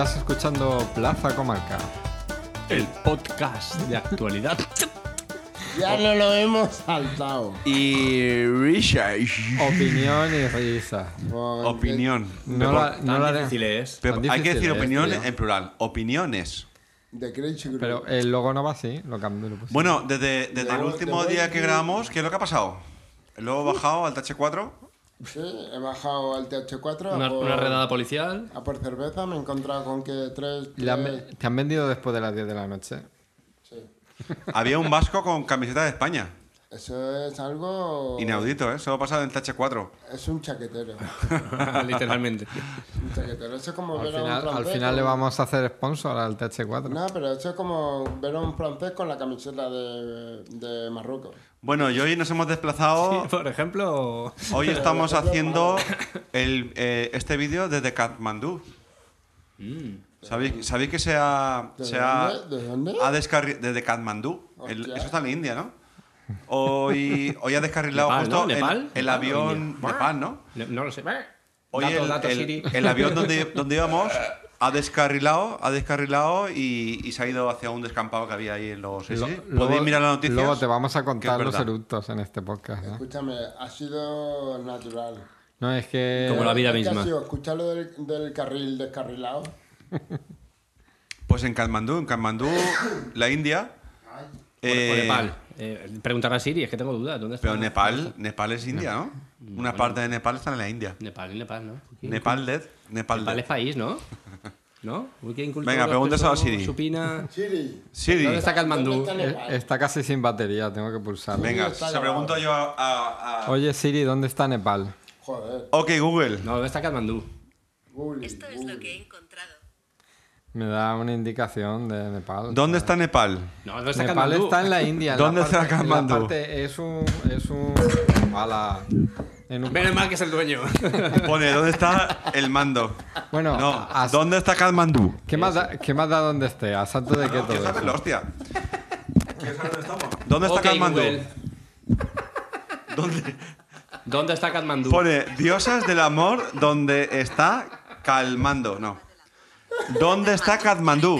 escuchando Plaza Comarca. El podcast de actualidad. Ya no lo hemos saltado. Y Richard. Opinión y risa. Porque- Opinión. No la, no la de- difícil es. Pero Tan hay que decir difícil, ¿eh, opinión tío? en plural. Opiniones. De Crunchyroll. Pero el logo no va así, lo cambié. Lo puse. Bueno, desde, desde Luego el te último voy a día decir- que grabamos, ¿qué es lo que ha pasado? Luego he bajado al TH4. Sí, he bajado al TH4 a, Una, por, una redada policial. a por cerveza. Me he encontrado con que tres. Le han tres- eh, ve- te han vendido después de las 10 de la noche. sí. Había un vasco con camiseta de España. Eso es algo. Inaudito, ¿eh? Solo ha pasado en TH4. Es un chaquetero. Literalmente. Un chaquetero. Eso es como Al ver a un final, al francés final le con- vamos a hacer sponsor al TH4. No, pero eso es como ver a un francés con la camiseta de, de Marruecos. Bueno, y hoy nos hemos desplazado. Por ejemplo, Hoy estamos haciendo el, eh, este vídeo desde Kathmandú. ¿Sabéis, sabéis que se ha. ¿De se ha- Mm. dónde? ¿De dónde? ha descarri- desde Kathmandú. El- Hostia. eso está en la India, ¿no? Hoy, hoy ha descarrilado Nepal, justo ¿no? el- ¿Nepal? el, ¿Nepal o avión. India? Nepal, ¿no? no, no lo sé. Hoy Datos, el, datos, el- Siri. el avión donde, donde íbamos ha descarrilado, ha descarrilado y, y se ha ido hacia un descampado que había ahí en los. sí, Lo- sí. luego- Podéis mirar las noticias. Luego te vamos a que contar es los verdad. eructos en este podcast. ¿no? Escúchame, ha sido natural. No, es que. Como la vida Es que ha misma. sido escuchar lo del, del carril descarrilado. Pues en Kathmandú, en Kathmandú, la India. O eh, Nepal. Eh, preguntar a Siri, es que tengo dudas. ¿Dónde está? Pero Nepal, Nepal es India, ¿no? Una parte de Nepal está en la India. Nepal, Nepal, ¿no? Nepal LED, Nepal Nepal es LED. país, ¿no? ¿No? Uy, qué inculto, Venga, los pregúntaselo a que son Siri. Supina. Siri. Siri, ¿Dónde está Katmandú? ¿Dónde Eh, Está casi sin batería, tengo que pulsarlo. venga, está se grabado. pregunto yo a, a- a- Oye Siri, ¿dónde está Nepal? Joder, Ok, Google. No, ¿dónde está Katmandú? Google. Esto es lo que he encontrado. Me da una indicación de Nepal. ¿Dónde está Nepal? No, ¿dónde está Nepal Katmandú? está en la India. en ¿Dónde la está parte- en la Katmandú? parte- es un. Es un. ala, en un- Menos mal que es el dueño. Pone, ¿dónde está el mando? Bueno, No, as- ¿dónde está Kathmandú? ¿qué, más da, ¿qué más da dónde esté? ¿A santo de qué No, quiero todo? saberlo, eso? hostia. Quiero saber dónde estamos. ¿Dónde está Ok, Kathmandú? Google, ¿Dónde? ¿Dónde está Katmandú? Pone, diosas del amor, ¿dónde está Calmando? No. ¿Dónde está Kathmandú?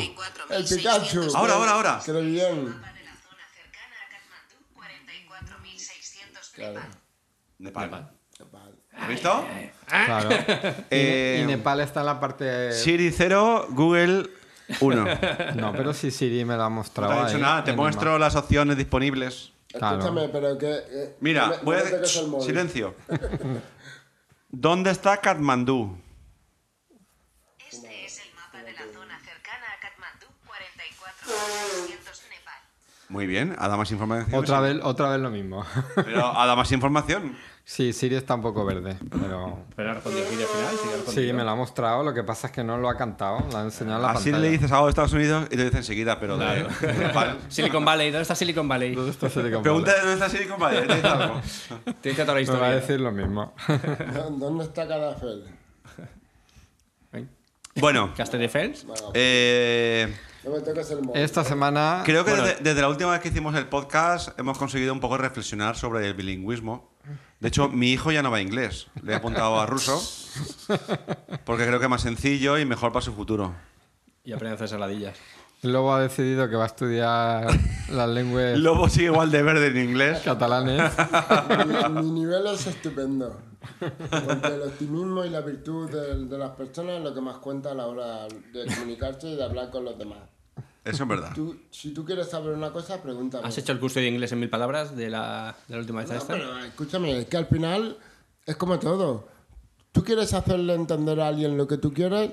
El Pikachu. Ahora, ahora, ahora. Creo bien. Mapa de la zona cercana a Katmandú, 44.600 clima. Nepal. Vale. ¿Lo ¿Visto? Claro. Y- Eh, y, Nepal está en la parte. Siri 0, Google 1. No pero si Siri me la mostraba. No te he dicho ahí, nada, te en muestro las opciones disponibles. Claro. Escúchame, pero que. eh, no Mira, me- voy a no me toques el decir. móvil. Silencio. ¿Dónde está Katmandú? Este es el mapa de la zona cercana a Katmandú, 44.600 Nepal. Muy bien, ha dado más el información. mapa. Otra vez, otra vez lo mismo. Pero ha dado más información. Sí, Siri está un poco verde, pero... Pero ha respondido Siri al final. sí que ha respondido. Sí, me la ha mostrado, lo que pasa es que no lo ha cantado, la ha enseñado en la Así pantalla. le dices algo de Estados Unidos y te dice enseguida, pero de Nepal. Silicon Valley, ¿dónde está Silicon Valley? ¿Dónde está Silicon Valley? Pregunta de dónde está Silicon Valley. te dice algo. Te dice Me toda la va a historia. decir lo mismo. ¿Dó- ¿Dónde está Calafel? ¿Eh? Bueno, Castle Defense. eh, No me toques el Eh. móvil. Esta semana... creo que Bueno. desde, desde la última vez que hicimos el podcast hemos conseguido un poco reflexionar sobre el bilingüismo. De hecho, mi hijo ya no va a inglés, le he apuntado a ruso, porque creo que es más sencillo y mejor para su futuro. Y aprende a hacer saladillas. Lobo ha decidido que va a estudiar las lenguas Lobo sigue igual de verde en inglés. catalanes. Mi, mi nivel es estupendo. Porque el optimismo y la virtud del- de, las personas es lo que más cuenta a la hora de comunicarse y de hablar con los demás. Eso es verdad. Tú, si tú quieres saber una cosa, pregúntame. ¿Has hecho el curso de inglés en mil palabras de la, de la última vez a No, esta? pero Ah, escúchame, es que al final es como todo. Tú quieres hacerle entender a alguien lo que tú quieres,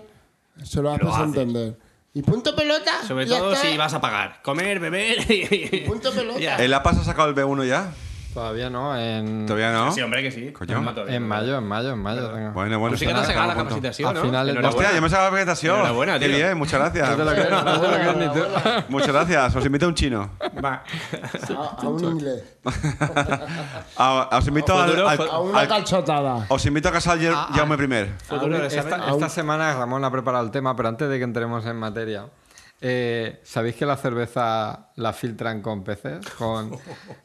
se lo haces entender. Y punto pelota. Sobre ya todo está. si vas a pagar. Comer, beber y... Punto pelota. Ya. ¿El APAS ha sacado el B1 ya? Todavía no, en... Todavía no. Sí, hombre, que sí. ¿eh? Coño. No, todavía En no. mayo, en mayo, en mayo. tengo. Bueno, bueno. Pues sí que te has está sacado bien, la está bien, capacitación, A ¿no? finales- punto. Hostia, yo Enhorabuena. me he sacado la presentación. Enhorabuena, Qué tío. bien, muchas gracias. No te lo crees, no te lo crees ni tú. Muchas gracias. Os invito a un chino. Va. A, a un inglés. A- Ah, os invito Fue al- duro, al- fue- A una al- calchotada. Os invito a casar ya Ah, Jaume primer. Futuro de Esta, examen. esta semana Ramón ha preparado el tema, pero antes de que entremos en materia, Eh, ¿Sabéis que la cerveza la filtran con peces? Con,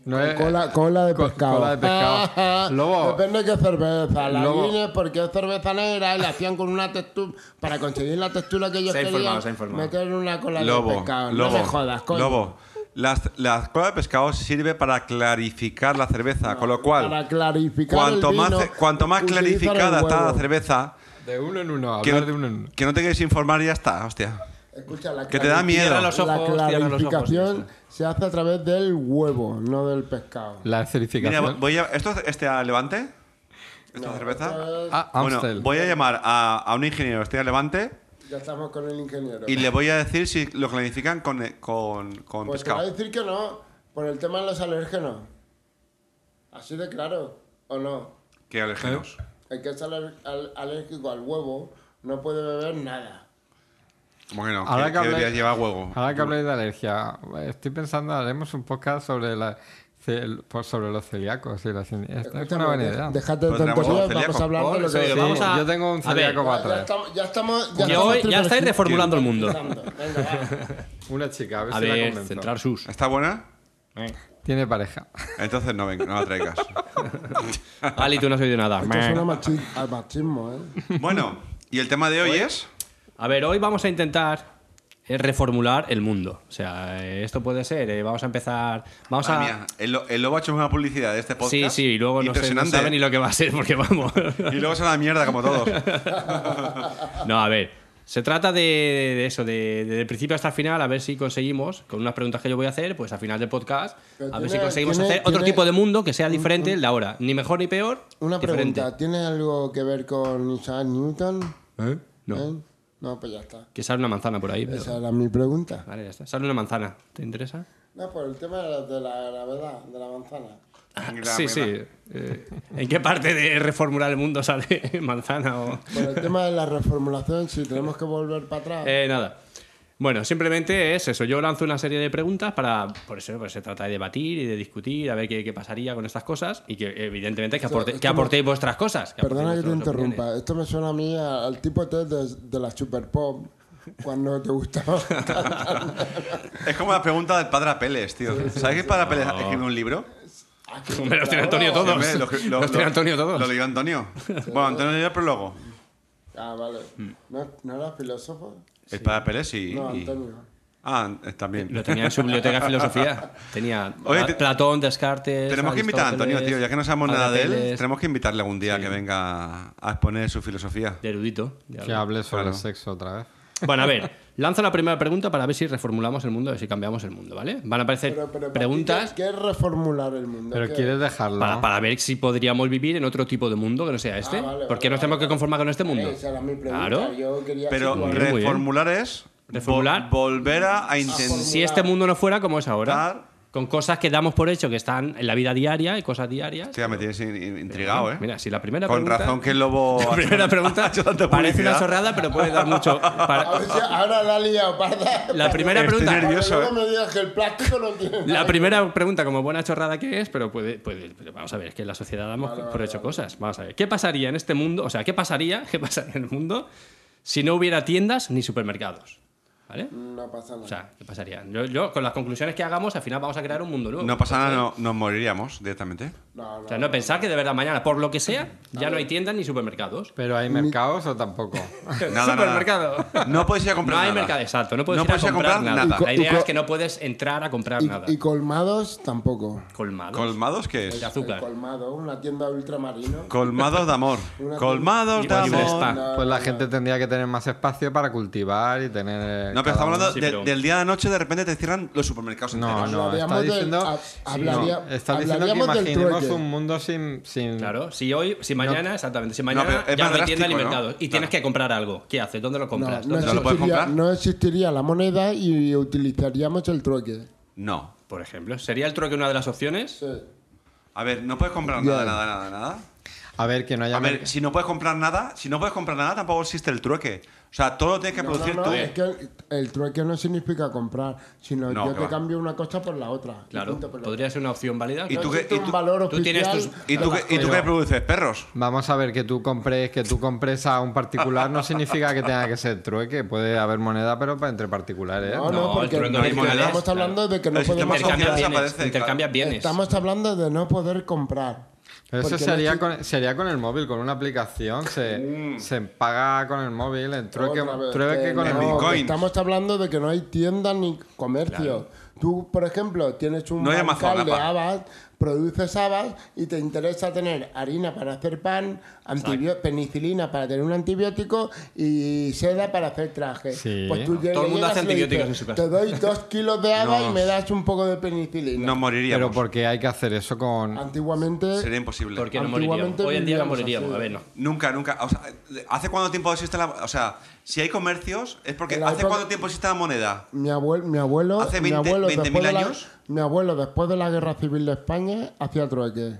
no es- Cola, cola de con- pescado. cola de pescado. Lobo. Depende de qué cerveza. La Lobo. vine porque es cerveza negra y la hacían con una textura. Para conseguir la textura que ellos Se ha querían, informado, se ha informado. meter una cola de Lobo, pescado. lobo, no me jodas, coño. lobo. Las- La, cola de pescado sirve para clarificar la cerveza, con lo cual, Para clarificar cuanto, el vino, más, cuanto más utilizan el clarificada está la huevo. cerveza, De uno en uno, que hablar de uno en no, uno. que no te quieres informar y ya está, hostia. Escucha, la Que te da clarific- miedo. Cierra los ojos, cierra los la ojos. y ya clarificación está. se hace a través del huevo, no del pescado. La Mira, escenificación. voy a, ¿esto es este a Levante? ¿Esta cerveza? Entonces, Ah, Bueno, Amstel. voy a llamar a, a un ingeniero, este a Levante, ya estamos con el ingeniero. y le voy a decir si lo clarifican con, con, con Pues te va a pescado. decir que no, por el tema de los alérgenos. Así de claro, ¿o no? Que ¿Eh? alérgenos. El que es aler- al- alérgico al huevo no puede beber nada. ¿Cómo que no? Ahora Que- que que hablé- deberías llevar huevo. Ahora que habléis de alergia, estoy pensando, haremos un podcast sobre la cel- por- sobre los celíacos y las in- Esta es una Escúchame, buena de- idea. Déjate de Pues tenemos tonterías, un vamos celíaco. a hablar de Pobre lo que celíaco. Sí, vamos a- yo tengo un a ver, celíaco para Ya, ya atrás. estamos, ya estamos, ya Ya, estamos hoy- ya estáis triple- reformulando el mundo. Empezando. Venga, va. Una chica, a ver A si la ver, convenzo. centrar sus. ¿Está buena? Tiene pareja. Entonces no, venga, no la traigas. Ali, tú no has oído nada. Esto suena machi- a machismo, ¿eh? Bueno, y el tema de hoy es. A ver, hoy vamos a intentar eh, reformular el mundo. O sea, eh, esto puede ser. eh, vamos a empezar. Vamos Madre a. mía, el, lo- el lobo ha hecho una publicidad de este podcast. Sí, sí, y luego no, sé, no Impresionante. ¿eh? saben ni lo que va a ser, porque vamos. Y luego es una mierda como todos. No, a ver. Se trata de, de eso, de, de, principio hasta el final, a ver si conseguimos, con unas preguntas que yo voy a hacer, pues al final del podcast, Pero a ver si tiene- conseguimos tiene- hacer otro tiene- tipo de mundo que sea diferente el de ahora. Ni mejor ni peor. Una diferente. pregunta, ¿tiene algo que ver con Isaac Newton? ¿Eh? No. ¿Eh? No, pues ya está. Que sale una manzana por ahí. pero- Esa era mi pregunta. Vale, ya está. Sale una manzana. ¿Te interesa? No, por el tema de la, de la gravedad, de la manzana. sí, sí. Eh, ¿En qué parte de reformular el mundo sale manzana o.? Por el tema de la reformulación, si tenemos que volver para atrás. Eh, nada. Bueno, simplemente es eso. Yo lanzo una serie de preguntas para. Por eso pues, se trata de debatir y de discutir, a ver qué, qué pasaría con estas cosas y que, evidentemente, que, aporte- esto que no- aportéis vuestras cosas. que Perdona que aportéis te vuestras opiniones. interrumpa. Esto me suena a mí a- al tipo test de, de la Super Pop cuando te gustaba. Es como la pregunta del padre Apeles, tío. ¿Sabes que padre Apeles escribió un libro? Hombre, los tiene Oh, Antonio Sí, todos. hombre, lo- lo- los tiene lo- Antonio todos. Lo leyó Antonio. Bueno, Antonio leyó el prólogo. ah, vale. Mm. ¿No, ¿no eras filósofo? El padre Apeles y. No, y- Antonio. Ah, eh, también. Lo tenía en su biblioteca de filosofía. Tenía Oye, a- te- Platón, Descartes. Tenemos que invitar a Aristóteles, Antonio, tío. Ya que no sabemos nada de él, Aristóteles, tenemos que invitarle algún día que venga a exponer su filosofía. De erudito. de Que algo. hable sobre Claro. sexo otra vez. Bueno, a ver, lanzo la primera pregunta para ver si reformulamos el mundo, a ver si cambiamos el mundo, ¿vale? Van a aparecer Pero, pero, Eh, preguntas ¿Qué es reformular el mundo? Pero ¿Qué? quieres dejarlo. para, Ah. ¿no? para ver si podríamos vivir en otro tipo de mundo que no sea este. Ah, vale, ¿Por qué vale, nos tenemos vale. que conformar con este mundo? Esa era mi pregunta. Claro. Yo quería Pero situar- re- muy bien. reformular es. vol- Reformular. Volver a a intentar. Si este mundo no fuera como es Claro. ahora, con cosas que damos por hecho que están en la vida diaria y cosas diarias. Hostia, me tienes in- in- intrigado, ¿eh? Mira, si la primera Con pregunta. razón que el lobo. La primera pregunta tanta parece publicidad. una zorrada, pero puede dar mucho. para- A ver este si ahora la ha liado, parda. la primera Estoy pregunta. nervioso. Para que luego me digas que el plástico no tiene La nada. primera pregunta, como buena chorrada que es, pero puede, puede pero vamos a ver, es que en la sociedad damos Vale, por vale, hecho vale. cosas. Vamos a ver, ¿qué pasaría en este mundo? O sea, ¿qué pasaría, qué pasaría en el mundo si no hubiera tiendas ni supermercados? ¿Vale? No pasa nada. O sea, ¿qué pasaría? Yo, yo, con las conclusiones que hagamos, al final vamos a crear un mundo nuevo. No pasa nada, no- nos moriríamos directamente. no, no. O sea, no pensar que de verdad mañana, por lo que sea, ya no hay tiendas ni supermercados. Pero hay mercados o tampoco. Pues Nada, Supermercado. nada. No puedes ir a No comprar hay nada. mercado, exacto. No puedes, ir puedes a comprar, nada. nada. Y co- La y idea co- es que no puedes entrar a comprar Y- nada. y colmados tampoco. Colmados. ¿Colmados qué de es? azúcar. El colmado, una tienda ultramarino. Colmados de amor. Una- Colmados de Igual libre amor. spa. No, Pues la no, gente tendría que tener más espacio para cultivar y tener. eh, No, pero cada estamos hablando uno- Sí, de- pero- del día de noche, de repente te cierran los supermercados. No, enteros. no, está Hablaríamos del- diciendo. ha- hablaría- no, está diciendo que hablaríamos del imaginemos trueque. un mundo sin. sin Claro, si hoy, si mañana, exactamente, si mañana pero es ya más no hay tienda ni drástico, ¿no? mercado y tienes que comprar algo, ¿qué haces? ¿Dónde lo No, compras? no ¿Dónde lo lo- puedes existiría, comprar? no existiría la moneda y utilizaríamos el trueque. No. Por ejemplo, ¿sería el trueque una de las opciones? Sí. A ver, no puedes comprar nada, nada, nada, nada. A ver, que no haya... A ver, si no puedes comprar nada, si no puedes comprar nada, tampoco existe el trueque. O sea, todo lo tienes que No, producir no, no, tú. es que el, el trueque no significa comprar, sino No, yo que te va. cambio una cosa por la otra. y Claro, punto, pero- podría ser una opción válida. ¿Y no tú qué- existe y un tú- valor tú tienes oficial tus- ¿Y tú, de qué- las ¿Y tú qué cosas. produces? ¿Perros? Vamos a ver, que tú compres, que tú compres a un particular no significa que tenga que ser trueque. Puede haber moneda, pero pa- entre ¿eh? particulares. No, no, No, el porque, trueque no porque hay monedas, estamos claro. hablando de que no El sistema podemos social Intercambias comprar. bienes. desaparece, intercambias bienes. Estamos hablando de no poder comprar. Pero eso Porque se no haría, exi- con, se haría con el móvil, con una aplicación. Se, se paga con el móvil, el trueque, Mm. Otra vez, trueque que con el no. que móvil. Bitcoin. Estamos hablando de que no hay tiendas ni comercios. Tú, por ejemplo, tienes un No hay bancal Amazon, de apa. habas, produces habas y te interesa tener harina para hacer pan, antibio- penicilina para tener un antibiótico y seda para hacer traje. Pues Sí. tú Todo el mundo llegas hace y le antibióticos dices, en su casa. Te doy dos kilos de habas y Nos- me das un poco de penicilina. No moriríamos. Pero ¿por qué hay que hacer eso Ah, con...? Antiguamente... Sería imposible. Porque no Antiguamente moriríamos. Hoy en día no vivíamos moriríamos. así. A ver, no. Nunca, nunca. O sea, ¿Hace cuánto tiempo existe la.? O sea, si hay comercios, es porque. En la ¿Hace época- cuánto tiempo existe la moneda? Mi abuelo, mi abuelo, ¿Hace mi 20 abuelo 20.000 después de la- años? mi abuelo después de la guerra civil de España hacía trueque. ¿Eh?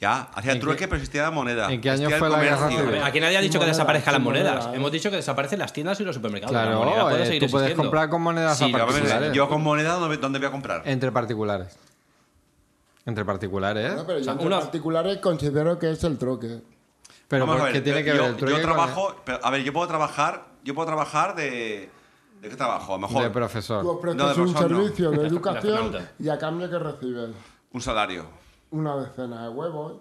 Ya, hacía el trueque, pero existía la moneda. ¿En qué año Existía el fue la guerra comercio. A ver, civil? Aquí nadie ha dicho que monedas, desaparezcan las sin monedas. monedas. Hemos dicho que desaparecen las tiendas y los supermercados. la Claro, moneda puede eh, seguir tú puedes existiendo. comprar con monedas Sí, a Pero, a ver, particulares. yo con moneda, ¿dónde, dónde voy a comprar? Entre particulares. Entre particulares. No, pero O yo sea, en una- particulares considero que es el trueque. Pero Vamos a ¿por qué ver, tiene yo- que ver yo- el trueque Yo con el- trabajo. pero, a ver, yo puedo trabajar. Yo puedo trabajar de. ¿De qué trabajo? A lo mejor. de profesor? Tú ofreces No, de un razón no. servicio de educación astronauta. y a cambio que recibes Un salario. una decena de huevos,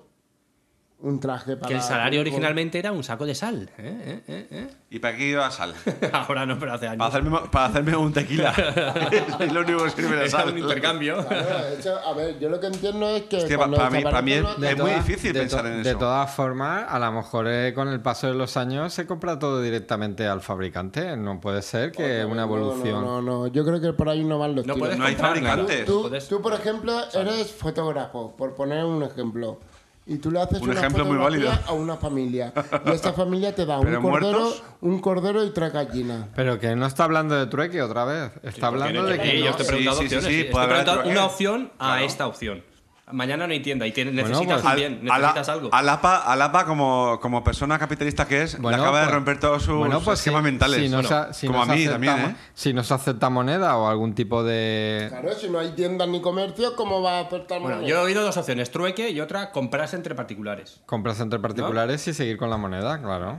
un traje para... Que el salario originalmente era un saco de sal. ¿eh? ¿Eh? ¿Eh? ¿Y para qué iba la sal? ¿Eh? Ahora no, pero hace años. Para hacerme, para hacerme un tequila. es lo único que sirve la Era sal. un intercambio. Claro, eso- a ver, yo lo que entiendo es que... Hostia, cuando pa- para mí- para mí desaparecen es- los- muy difícil de pensar en De eso. todas formas, a lo mejor eh, con el paso de los años se compra todo directamente al fabricante. No puede ser que una No, no, evolución. No, no, yo creo que por ahí no van los No tiros. puedes No hay comprar nada. fabricantes. Tú, Puedes- tú, por ejemplo, eres fotógrafo, por poner un ejemplo. Y tú le haces Un una ejemplo muy fotografía válido. a una familia. Y esta familia te da un ¿Pero cordero, muertos? un cordero y tres gallinas. Pero que no está hablando de trueque otra vez. Está hablando de Eh, que. yo estoy Sí, preguntando sí, sí, opciones. sí, Estoy puede haber preguntando otro, una eh. opción a esta opción. Mañana no hay tienda y tienes- necesitas pues, un Al- bien, a la- necesitas algo. a Lapa, a Lapa, como, como persona capitalista que es, Bueno, le acaba pues- de romper todos sus bueno, pues esquemas si- mentales. Si nos, Bueno, a- si como nos a mí acepta también, mo- ¿eh? Si nos acepta moneda o algún tipo de. Claro, si no hay tiendas ni comercio, ¿cómo va a aportar Bueno, moneda? yo he oído dos opciones, trueque y otra comprarse entre particulares. Compras entre particulares y seguir con la moneda, claro.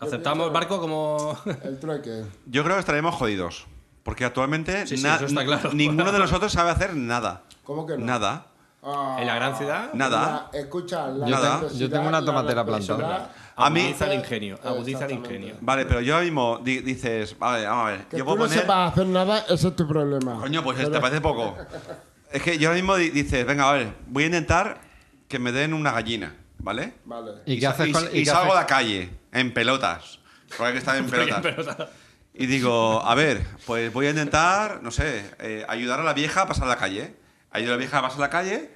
Aceptamos barco como El trueque. Yo creo que estaremos jodidos. Porque actualmente Sí, sí, na- eso está claro. ninguno de nosotros sabe hacer nada. ¿Cómo que no? Nada. Ah, en la gran ciudad. Nada. Ah, la- escucha, la Yo tengo- yo necesidad, tengo una la tomatera plantada. necesidad- A mí- Agudiza el ingenio, agudiza el Exactamente. ingenio. Vale, pero yo ahora mismo di- dices, vale, vamos a ver. Que tú yo puedo no poner. sepas hacer nada, ese es tu problema. Coño, pues te parece poco. es que yo ahora mismo di- dices, venga, a ver, voy a intentar que me den una gallina, ¿vale? Vale. ¿Y, qué sa- haces y- con.? y qué salgo a haces- la calle, en pelotas. Porque hay que estar en pelotas. Pero, o sea, Y digo, a ver, pues voy a intentar, no sé, eh, ayudar a la vieja a pasar la calle. Ayudo a la vieja a pasar la calle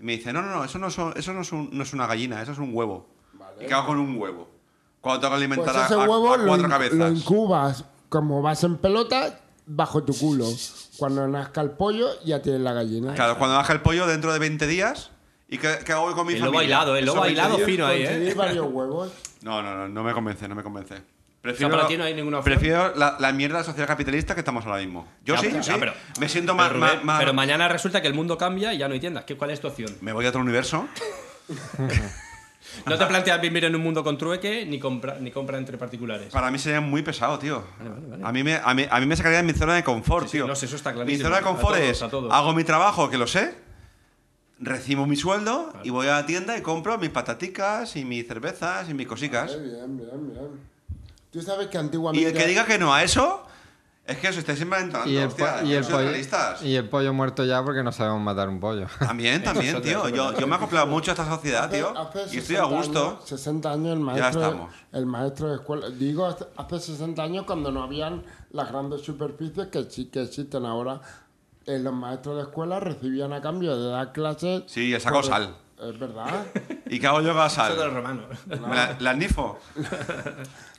y me dice, no, no, no, eso no, son- eso no, es, un- no es una gallina, eso es un huevo. ¿Y qué hago con un huevo? Cuando tengo que Pues alimentar a- ese a, a huevo lo, cuatro in- cabezas. lo incubas, como vas en pelota, bajo tu culo. Cuando nazca el pollo, ya tienes la gallina. claro, cuando baja el pollo dentro de 20 días, ¿y qué, qué hago con mi El familia? lobo bailado, el Eso lobo 20 bailado días. fino ahí, Conseguir ¿eh? varios huevos. No, no, no, no me convence, no me convence. O sea, para ti no hay ninguna opción. prefiero la, la mierda de sociedad capitalista que estamos ahora mismo. Yo Ya, sí, pero- sí. ya, pero- me siento Pero, más, Rubén, más- más- pero mañana resulta que el mundo cambia y ya no hay tiendas. ¿Qué- ¿Cuál es tu opción? Me voy a otro universo. No te planteas vivir en un mundo con trueque ni compra, ni compra entre particulares. Para mí sería muy pesado, tío. A, mí me, a, mí, a mí me sacaría de mi zona de confort, Sí, sí, tío. no sé, eso está Mi clarísimo. zona de A confort todos, es, a todos. hago mi trabajo, que lo sé, recibo mi sueldo y voy a la tienda y compro mis pataticas y mis cervezas y mis cosicas. Eh, bien, bien, bien. Tú sabes que Y antiguamente... el que diga que no a eso, es que os estáis inventando, Y el, po- hostia, ¿eh? y, el sois pollo, realistas. y el pollo muerto ya porque no sabemos matar un pollo. También, también, tío. Yo, yo me he acoplado mucho a esta sociedad, Hace- tío. hace Y estoy a 60 gusto. años- 60 años el maestro, estamos. el maestro de escuela. Digo, hace- hace 60 años cuando no habían las grandes superficies que sí que existen ahora. eh, los maestros de escuela recibían a cambio de dar clases. Sí, el saco por- sal. Es verdad. ¿Y qué hago yo con la Eso de los sal? romanos. ¿Me la, la nifo?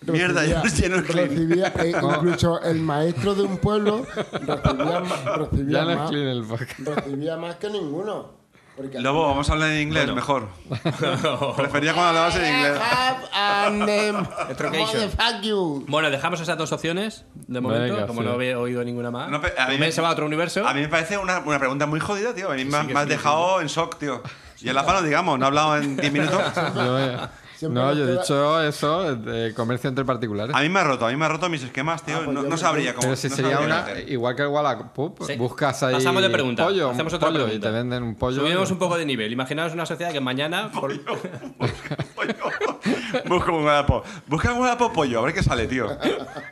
Mierda, yo Recibía- lleno el clean. recibía, eh, Incluso el maestro de un pueblo recibía, ma- recibía ya no es más, clean el podcast. recibía más que ninguno. Porque Lobo, vamos a hablar en inglés mejor. Prefería cuando hablabas en inglés. Have a name. Truncation. Motherfuck you. Bueno, dejamos esas dos opciones de momento, Venga, como sí. no había oído ninguna más. No, No, pe- a mí me- se va a otro universo. A mí me parece una, una pregunta muy jodida, tío. A mí me, que me has sí, dejado en shock, tío. Y el APA no digamos, no he hablado en 10 minutos. Yo, eh, Siempre no, nos yo he queda- dicho eso, de comercio entre particulares. A mí me ha roto, a mí me ha roto mis esquemas, tío. pues yo no, no me- sabría cómo. Pero si no sería sabría qué una. hacer. Igual que el Wallapop, Sí. buscas ahí. Pasamos de pregunta. Pollo, un Hacemos otra pollo, pregunta. Y te venden un pollo. Subimos un poco de nivel. Imaginaos una sociedad que mañana. por- Busca un guadapo. Busca un guadapo pollo, a ver qué sale, tío.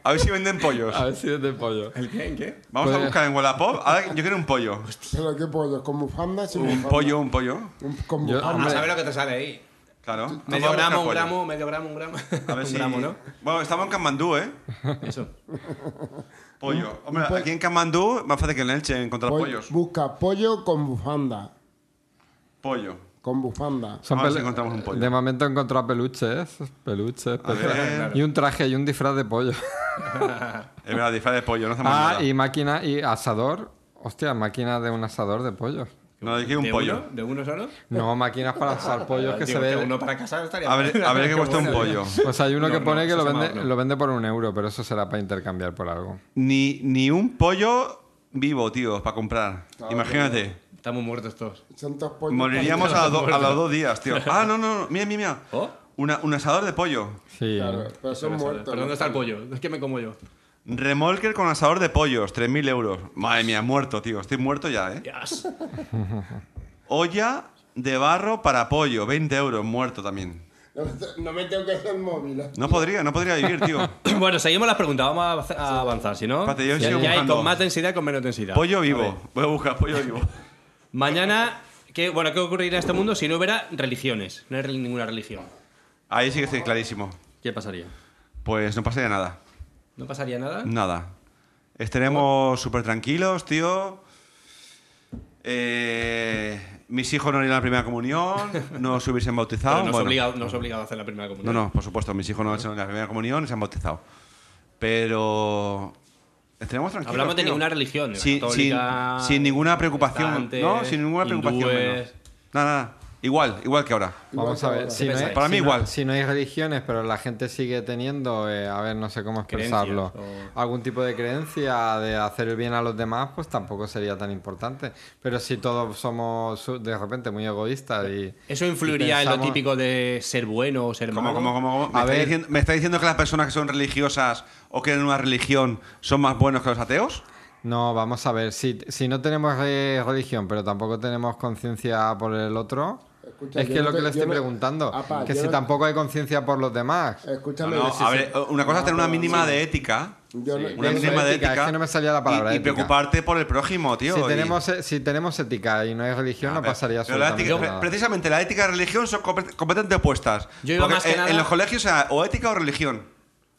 A ver si venden pollos. A ver si es de pollo. ¿El qué? ¿En qué? Vamos a Pues- buscar en Wallapop. Ahora yo quiero un pollo. Pero qué pollo, con bufanda, sin Un bufanda. pollo, un pollo. Un- con Yo- bufanda. A saber lo que te sale ahí. Claro. Nos Medio vamos a buscar gramo, un pollo. gramo, medio gramo, un gramo. A un ver si. gramo, ¿no? Bueno, estamos en Kamandú, ¿eh? Eso. Pollo. Hombre, pollo. aquí en Kamandú, más fácil que en Elche encontrar Pollo- pollos. Busca pollo con bufanda. Pollo. Con bufanda. Son Ahora sí pelu- encontramos un pollo. De momento he encontrado peluches. Peluches. A peluches. ver. Y un traje y un disfraz de pollo. Es verdad, Eh, disfraz de pollo, no hacemos Ah, nada. y máquina y asador. Hostia, máquina de un asador de pollos. No, aquí un ¿De pollo. uno? ¿De uno solo? No, máquinas para asar pollos que Digo, se ve. uno para casar estaría A ver, a ver qué cuesta un pollo. Pues hay uno No, que no, pone que eso lo se llama vende, horno. lo vende por un euro, pero eso será para intercambiar por algo. Ni, ni un pollo vivo, tío, para comprar. Imagínate. Estamos muertos todos. Son dos pollos. Moriríamos a, do- a los dos días, tío. Ah, no, no, no. Mira, mira, mira. ¿Oh? Una- un asador de pollo. Sí. Claro, pero son muertos. ¿Pero dónde está el pollo? Es que me como yo. Remolker con asador de pollos, 3.000 euros. Madre mía, muerto, tío. Estoy muerto ya, ¿eh? Yes. Olla de barro para pollo, 20 euros, muerto también. No, me- no me tengo que hacer el móvil. ¿eh? No podría, no podría vivir, tío. Bueno, seguimos las preguntas. Vamos a hacer- a avanzar, si no. Espérate, yo Ya sigo ya hay buscando. con más densidad y con menos densidad. Pollo vivo. Voy a buscar pollo vivo. Mañana, ¿qué, bueno, ¿qué ocurriría en este mundo si no hubiera religiones? No hay re- ninguna religión. Ahí sí que estoy clarísimo. ¿Qué pasaría? Pues no pasaría nada. ¿No pasaría nada? Nada. Estaremos súper tranquilos, tío. Eh, mis hijos no irían a la primera comunión, no se hubiesen bautizado. Pero no, es Bueno, obligado, no es obligado a hacer la primera no, comunión. no, por supuesto, mis hijos no han hecho la primera comunión y se han bautizado. Pero estaremos tranquilos. Hablamos de tío. ninguna religión, de Sin, católica, sin- sin ninguna preocupación. protestante, No, sin ninguna preocupación. hindúes. menos. Nada, nada. Igual, igual que ahora. Vamos a ver. Si ¿Qué no hay, pensáis? Para mí si no- igual. si no hay religiones, pero la gente sigue teniendo, eh, a ver, no sé cómo expresarlo, Creencias, algún tipo de creencia de hacer el bien a los demás, pues tampoco sería tan importante. Pero si todos somos su- de repente muy egoístas y... ¿Eso influiría y en lo pensamos- típico de ser bueno o ser ¿Cómo, malo? cómo, cómo, cómo? ¿Me, A está ver. diciendo, ¿Me está diciendo que las personas que son religiosas o creen en una religión son más buenos que los ateos? No, vamos a ver, si, si no tenemos eh, religión, pero tampoco tenemos conciencia por el otro... Escucha, es yo que es no lo que te- le yo estoy no- preguntando, Apa, que yo si no- tampoco hay conciencia por los demás. Escúchame. No, si a se- ver, una cosa es tener una no, mínima sí. de ética. Yo no- Una yo no mínima sé de ética, ética. es que no me salía la palabra y, y ética. preocuparte por el prójimo, tío. si, y- tenemos, eh, si tenemos ética y no hay religión, no pasaría Pero la absolutamente ética- pre- nada. precisamente la ética y la religión son compe- completamente opuestas. Yo iba Porque más que en, nada- en los colegios era o ética o religión.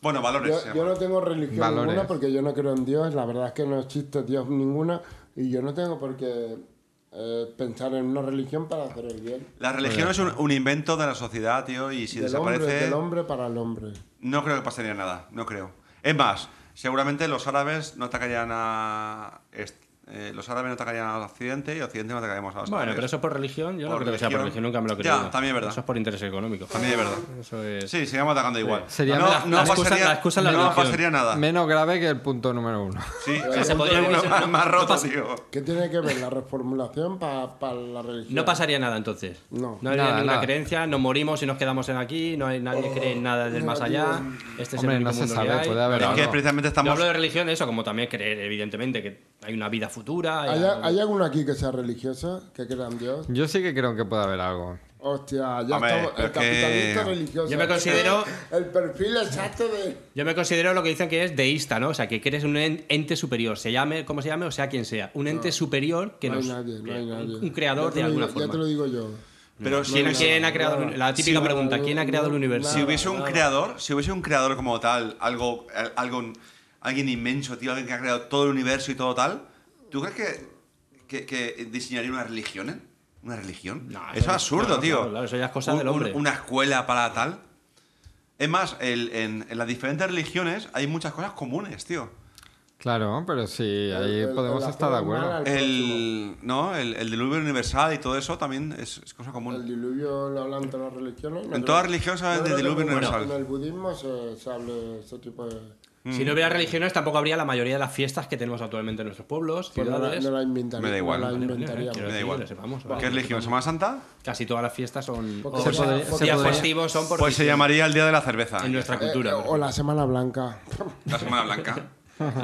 Bueno, valores. se Yo, llama. yo no tengo religión Valores. ninguna porque yo no creo en Dios, la verdad es que no existe Dios ninguna y yo no tengo por qué eh, pensar en una religión para hacer el bien. La religión es un, un invento de la sociedad, tío, y si del, desaparece... hombre, del hombre para el hombre. No creo que pasaría nada, no creo. Es más, seguramente los árabes no atacarían a. est- eh, los árabes no atacarían al occidente y occidente no atacaríamos a los Bueno, árabes. pero eso es por religión. Yo no Por creo que sea por religión, religión. nunca me lo creo. Ya, también es verdad. Eso es por interés económico. También es verdad. Eso es. Sí, seguimos atacando igual. Sería no, la- no la excusa- pasaría, la excusa es la no religión. pasaría nada. Menos grave que el punto número uno. Sí, sea, se el podría punto haber uno hecho- más no roto, pasa- tío. ¿Qué tiene que ver la reformulación para la religión? No pasaría nada entonces. No. habría Nada, ninguna nada. creencia, nos morimos y nos quedamos en aquí, no hay, Oh, nadie cree en nada del más allá. Este es Hombre, el único no se mundo sabe, que hay. puede haber Pero Es que no. precisamente Yo estamos. hablo de religión, eso, como también creer, evidentemente, que hay una vida futura. hay ¿Hay, algo- hay alguno aquí que sea religioso, que crea en Dios? Yo sí que creo que puede haber algo. Hostia, ya Hombre, estamos. pero El que- capitalista religioso. Yo me considero- El perfil exacto de. Yo me considero lo que dicen que es deísta, ¿no? O sea, que crees en un en- ente superior, se llame, como se llame, o sea, quien sea. Un ente superior que no hay nos. nadie, no que- hay un- nadie. Un, creador Ya te de lo alguna digo- Ya te forma. lo digo yo. Pero si, ¿Quién, hubiese- quién ha creado.? nada. La típica Sí, pregunta, no, ¿quién ha no, creado el no, universo? si hubiese un nada. creador, si hubiese un creador como tal, algo, al- algo alguien inmenso, tío, alguien que ha creado todo el universo y todo tal, ¿tú crees que, que, que diseñaría una religión? eh? ¿Una religión? No, eso eso es no, absurdo, claro, tío. claro, claro, eso ya es cosa del hombre. una escuela para tal. Es más, el- en, en las diferentes religiones hay muchas cosas comunes, tío. Claro, pero sí, ahí el- el- podemos la estar de forma acuerdo. mala, El, ¿no? el, el diluvio universal y todo eso también es, es cosa común. El diluvio lo hablan todas las religiones. En todas las religiones hablan del del diluvio universal. En el budismo se, se habla de ese tipo de... Si no Mm. hubiera religiones, tampoco habría la mayoría de las fiestas que tenemos actualmente en nuestros pueblos, Pues no, la, ciudades. no la inventaría. Me da igual. No la Vale, vale, inventaríamos. Eh, quiero Me da decir, igual. lo sepamos, ¿Qué vale. religión? ¿Semana Santa? Casi todas las fiestas son. Porque o se sea, podría- días se podría- festivos son por Pues se llamaría el Día de la Cerveza. en nuestra Eh, cultura. o la Semana Blanca. La Semana Blanca.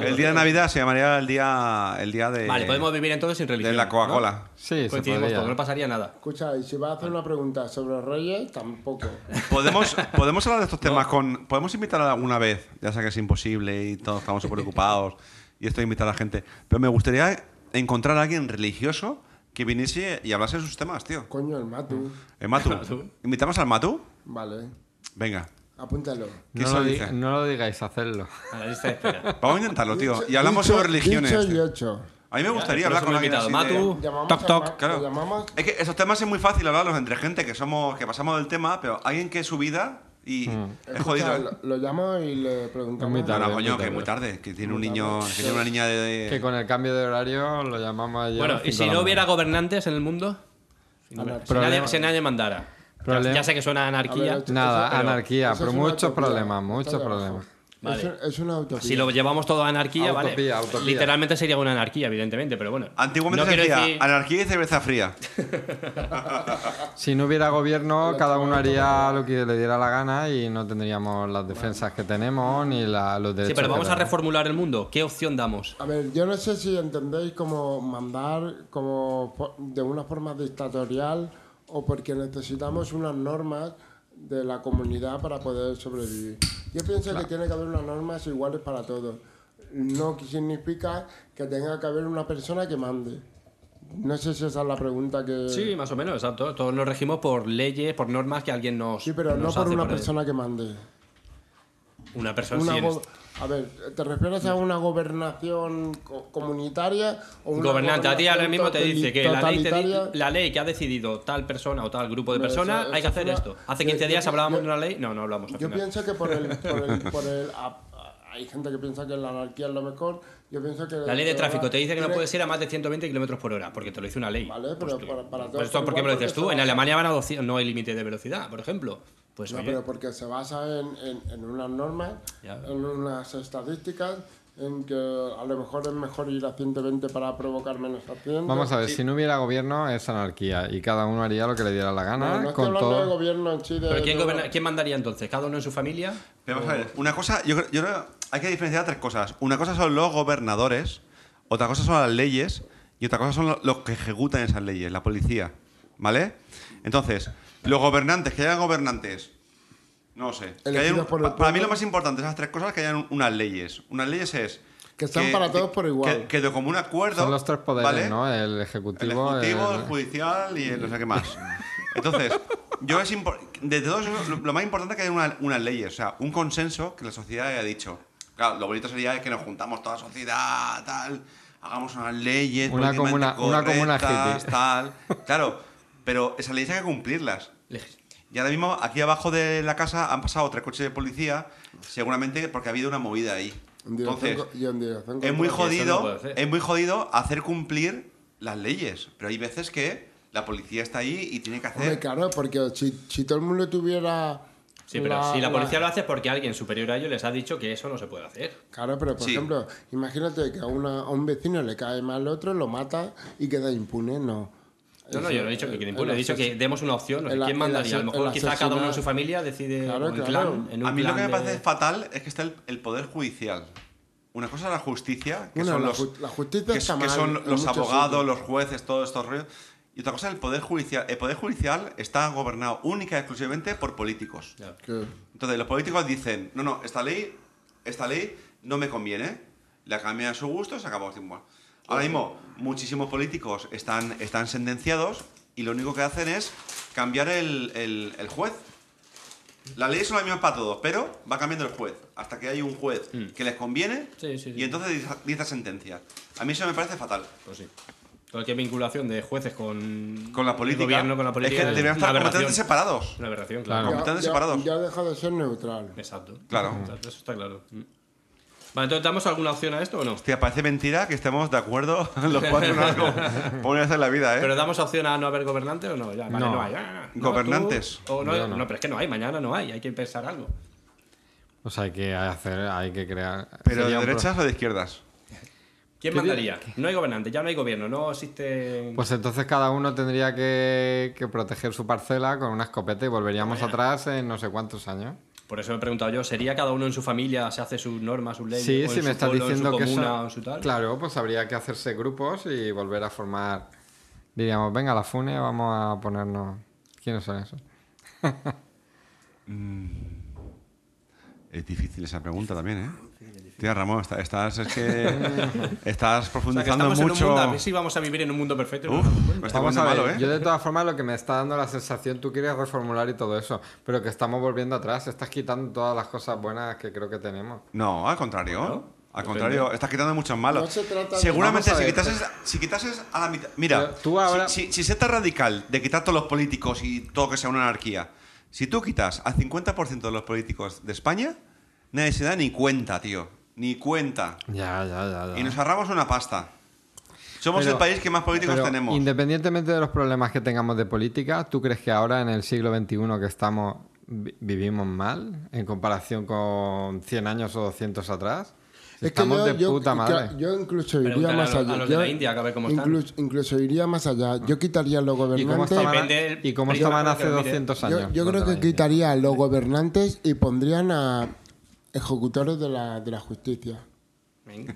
El día de Navidad se llamaría el día, el día de, vale, podemos vivir entonces sin religión. de la ¿no? Coca-Cola. Sí, se Coincidimos podría. todos, no pasaría nada. Escucha, y si vas a hacer una pregunta sobre reyes, tampoco. ¿Podemos, podemos hablar de estos temas con. Podemos invitar alguna vez, ya sea que es imposible y todos estamos súper ocupados y esto de invitar a la gente. Pero me gustaría encontrar a alguien religioso que viniese y hablase de sus temas, tío. Coño, el Matu. El Matu. Matu. ¿Invitamos al Matu? Vale, Venga. apúntalo. ¿Qué No se lo, di- dice? no lo digáis, hacerlo. A la lista de espera. Vamos a intentarlo, tío. Y hablamos Dicho- sobre religiones. dicho y tío. hecho. A mí me gustaría Ya, hablar tenemos con un alguien así invitado, de- Matu. Llamamos Toc, a toc. Ma- Claro. Llamamos Es que esos temas es muy fácil hablarlos entre gente que somos que pasamos del tema, pero alguien que es su vida y es jodido. ¿eh? Escucha, Lo, lo llamo y le preguntamos. Es muy No, tarde. no, muy coño, que tarde. es muy tarde, que tiene un niño, que tiene una niña de... Que con el cambio de horario lo llamamos ayer. Bueno, y si no hubiera gobernantes en el mundo, si, no- Anar- si nadie, Problema- si nadie mandara. Ya- Problema- Ya, sé que suena a A anarquía. ver, Nada, Eso- pero- anarquía, eso ah, pero es una muchos utopía. problemas, Está muchos abajo. problemas. Vale. Es, un- es una utopía. si lo llevamos todo a anarquía, Utopía, vale. utopía. Literalmente sería una anarquía, evidentemente, pero bueno. Antiguamente no se quiero decía decir- anarquía y cerveza fría. Si no hubiera gobierno, cada uno haría lo que le diera la gana y no tendríamos las defensas que tenemos ni la- los derechos. Sí, pero que vamos a tenemos. reformular el mundo. ¿Qué opción damos? A ver, yo no sé si entendéis como mandar como fo- de una forma dictatorial o porque necesitamos unas normas de la comunidad para poder sobrevivir. Yo pienso que tiene que haber unas normas iguales para todos. No que significa que tenga que haber una persona que mande. No sé si esa es la pregunta que... Sí, más o menos, exacto. Todos nos regimos por leyes, por normas que alguien nos. Sí, pero no nos por hace una ahí. persona que mande. Una persona Una sí, en go- este- a ver, ¿te refieres a una gobernación co- comunitaria o una Gobernante, a ti ahora gobernación mismo te to- dice que la ley, te di- totalitaria? la ley que ha decidido tal persona o tal grupo de Hombre, personas, eso- hay que eso hacer fue una- esto. Hace yo- 15 yo- días yo- hablábamos yo- de una ley. No, no hablamos. al Yo final. pienso que por el... Por el, por el a- a- hay gente que piensa que la anarquía es lo mejor. Yo pienso que... La ley de tráfico te dice que no tiene- puedes ir a más de 120 kilómetros por hora, porque te lo dice una ley. Vale, pero tú- para- para todos pues esto, son ¿por qué me igual, lo dices porque tú? En son- Alemania van a 200, no hay límite de velocidad, por ejemplo. Pues No, oye, pero porque se basa en, en, en unas normas, Ya. en unas estadísticas, en que a lo mejor es mejor ir a 120 para provocar menos accidentes. Vamos a ver, si no hubiera gobierno es anarquía y cada uno haría lo que le diera la No, gana no estoy con hablando de todo. gobierno en sí, de- ¿pero quién, de- goberna- quién mandaría entonces? ¿Cada uno en su familia? Pero vamos a ver, una cosa, yo creo, yo creo- hay que diferenciar tres cosas. Una cosa son los gobernadores, otra cosa son las leyes y otra cosa son lo- los que ejecutan esas leyes, la policía. ¿Vale? Entonces, los gobernantes, que hayan gobernantes, no lo sé. que Elegidos hayan un- por el pa- para mí pueblo. lo más importante de esas tres cosas es que hayan un- unas leyes. Unas leyes es... Que sean para todos por igual. Que, que de común acuerdo... Son los tres poderes, ¿vale? ¿no? El El ejecutivo, ejecutivo, el el- judicial y el no sé qué más. Entonces, yo es impor- de todo eso, lo, lo más importante es que haya una- unas leyes, o sea, un consenso que la sociedad haya dicho. Claro, lo bonito sería que nos juntamos toda la sociedad, tal, hagamos unas leyes, Una políticamente comuna- una comuna correctas, hippie. tal. Claro, pero esas leyes hay que cumplirlas. Eleg- Y ahora mismo, aquí abajo de la casa han pasado tres coches de policía, seguramente porque ha habido una movida ahí. en dirección Entonces, co- y en dirección es muy contraria. eso no jodido, puede ser. es muy jodido hacer cumplir las leyes, pero hay veces que la policía está ahí y tiene que ¿eh? Hombre, hacer. claro, porque si, si todo el mundo tuviera. Sí, pero si la policía lo hace es porque alguien superior a ellos les ha dicho que eso no se puede hacer. Claro, pero por Sí. ejemplo, imagínate que a, una- a un vecino le cae mal al otro, lo mata y queda impune, no. No, no, Eso, yo no he dicho que quien el- impone, he el dicho que ases- demos una opción. no sé, el a- ¿Quién el mandaría? A lo ases- mejor el quizá cada uno en asesinato. su familia decide Claro, o en claro. clan, en un A mí lo que me clan de- parece fatal es que está el, el poder judicial. Una cosa es la justicia, que Bueno, son la los, ju- la justicia que, está que mal son en los muchos abogados, sitios. los jueces, todos estos rollos. Y otra cosa es el poder judicial. El poder judicial está gobernado única y exclusivamente por políticos. Ya. que- Entonces los políticos dicen, no, no, esta ley, esta ley no me conviene, la cambian a su gusto, se acabó. Tim Ball. Ahora mismo, muchísimos políticos están, están sentenciados y lo único que hacen es cambiar el, el- el juez. Las leyes son las mismas para todos, pero va cambiando el juez. Hasta que hay un juez que les conviene Mm. Sí, sí, sí. y entonces dice- dice sentencia. A mí eso me parece fatal. Pues sí. Cualquier vinculación de jueces con, Con la el política, gobierno, con la política es que una deberían estar aberración. completamente separados. Una aberración, Claro. claro. Completamente Ya- ya- separados. Ya ha dejado de ser neutral. Exacto. Claro. Exacto, Eso está claro. Mm. Vale, entonces, ¿damos alguna opción a esto o no? Hostia, parece mentira que estemos de acuerdo los cuatro en algo. Por una vez en la vida, ¿eh? ¿Pero damos opción a no haber gobernante o no? Ya, vale, no. No. hay. Ah, no, Gobernantes. tú, o no, Yo no. no, pero es que no hay, mañana no hay, hay que pensar algo. O sea, hay que hacer, hay que crear. ¿Pero sería de un pro- derechas o de izquierdas? ¿Quién mandaría? No hay gobernante, ya no hay gobierno, no existe... Pues entonces cada uno tendría que, que proteger su parcela con una escopeta y volveríamos atrás en no sé cuántos años. Por eso me he preguntado yo, ¿sería cada uno en su familia, se hace sus normas, sus leyes, o Sí, en si su me estás pueblo, en diciendo su que comuna eso- o en su tal? Claro, pues habría que hacerse grupos y volver a formar. Diríamos, venga, la FUNE, vamos a ponernos. ¿Quiénes son esos? Es difícil esa pregunta también, ¿eh? Tía Ramón, está- estás, es que O sea, estás que profundizando estamos en un mucho. mundo, a ver si vamos a vivir en un mundo perfecto. Uf, me está Vamos poniendo a ver, malo, ¿eh? yo de todas formas lo que me está dando la sensación, tú quieres reformular y todo eso, pero que estamos volviendo atrás, estás quitando todas las cosas buenas que creo que tenemos. No, al contrario. al depende. contrario, estás quitando muchos malos. No se trata de- Seguramente Vamos a si, ver, quitases, si quitases a la mitad. Mira, Pero tú ahora- si, si, si se está radical de quitar todos los políticos y todo que sea una anarquía, si tú quitas al 50% de los políticos de España, nadie se da ni cuenta, tío. Ni cuenta. Ya, ya, ya. ya. Y nos ahorramos una pasta. Somos Pero- el país que más políticos pero tenemos. Independientemente de los problemas que tengamos de política, ¿tú crees que ahora en el siglo XXI que estamos vi- vivimos mal en comparación con 100 años o 200 atrás? Es que estamos yo- de yo- puta madre. que- Yo incluso Preguntar iría a más los- a allá. los de Yo la India, que a ver cómo están. Incluso, incluso iría más allá. Yo quitaría a los ¿Y cómo gobernantes. estaban, Depende del y cómo prisma estaban con el que hace lo mires. 200 años? Yo, yo creo que Contra la quitaría a los gobernantes y pondrían a ejecutores de la, de la justicia. Venga.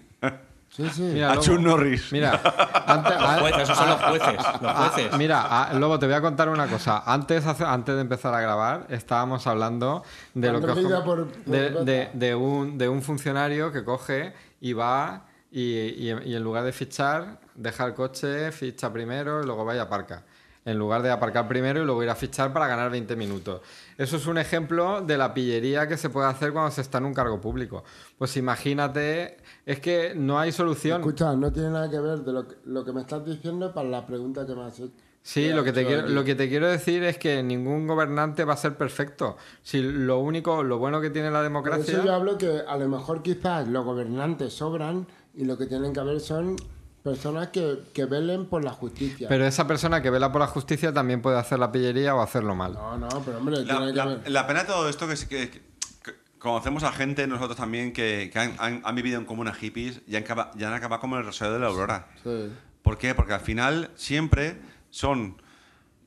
Sí, sí. Mira, A Lobo, Chun Norris. Mira, antes- Los jueces, a- esos son los jueces, los Ah, jueces. mira, ah, Lobo, te voy a contar una cosa. Antes, hace- antes de empezar a grabar, estábamos hablando de lo que Cuando os- diga por- por de, bota. de- de un, de un funcionario que coge y va y, y- y en lugar de fichar, deja el coche, ficha primero y luego va y aparca. En lugar de aparcar primero y luego ir a fichar para ganar 20 minutos. Eso es un ejemplo de la pillería que se puede hacer cuando se está en un cargo público. Pues imagínate, es que no hay solución. Escucha, no tiene nada que ver de lo que, lo que me estás diciendo para la pregunta que me has hecho. Sí, lo que, te quiero, lo que te quiero decir es que ningún gobernante va a ser perfecto. Si lo único, lo bueno que tiene la Por eso yo democracia. hablo que a lo mejor quizás los gobernantes sobran y lo que tienen que haber son personas que, que velen por la justicia. Pero esa persona que vela por la justicia también puede hacer la pillería o hacerlo mal. no, no, pero hombre, La, tiene que la- haber. la pena de todo esto que, es que, que- que conocemos a gente, nosotros también, que, que han, han- han vivido en comunas hippies y han, acaba- y han acabado como el rosario de la aurora. Sí. ¿Por qué? Porque al final siempre son,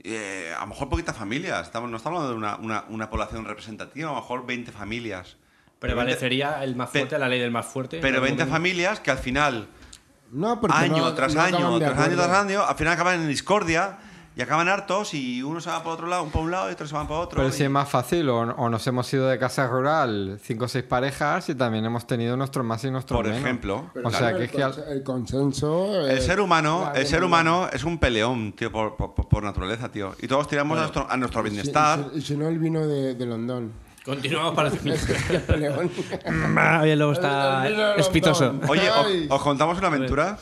eh, a lo mejor poquitas familias, estamos, no estamos hablando de una, una- una población representativa, a lo mejor 20 familias. Prevalecería el más fuerte, la ley del más fuerte. Pero ¿no? 20 familias que al final, No, porque año no- tras no acaban año, de tras año, acuerdo. tras año, al final acaban en discordia y acaban hartos y uno se va para otro lado, un para un lado y otro se va para otro. Pero y- si es más fácil, o, o nos hemos ido de casa rural cinco o seis parejas y también hemos tenido nuestros más y nuestros Por menos. ejemplo, Pero o sea, el que es que al- conse- el consenso. eh, El ser humano, la el ser comunidad. humano es un peleón, tío, por, por- por- por naturaleza, tío. Y todos tiramos a nuestro, a nuestro Y si- bienestar. Y si, y si no, el vino de, de Londón. Continuamos para... León. Hoy el lobo está El- el vino de espitoso. London. Oye, o- Ay. Ah. os, contamos una aventura.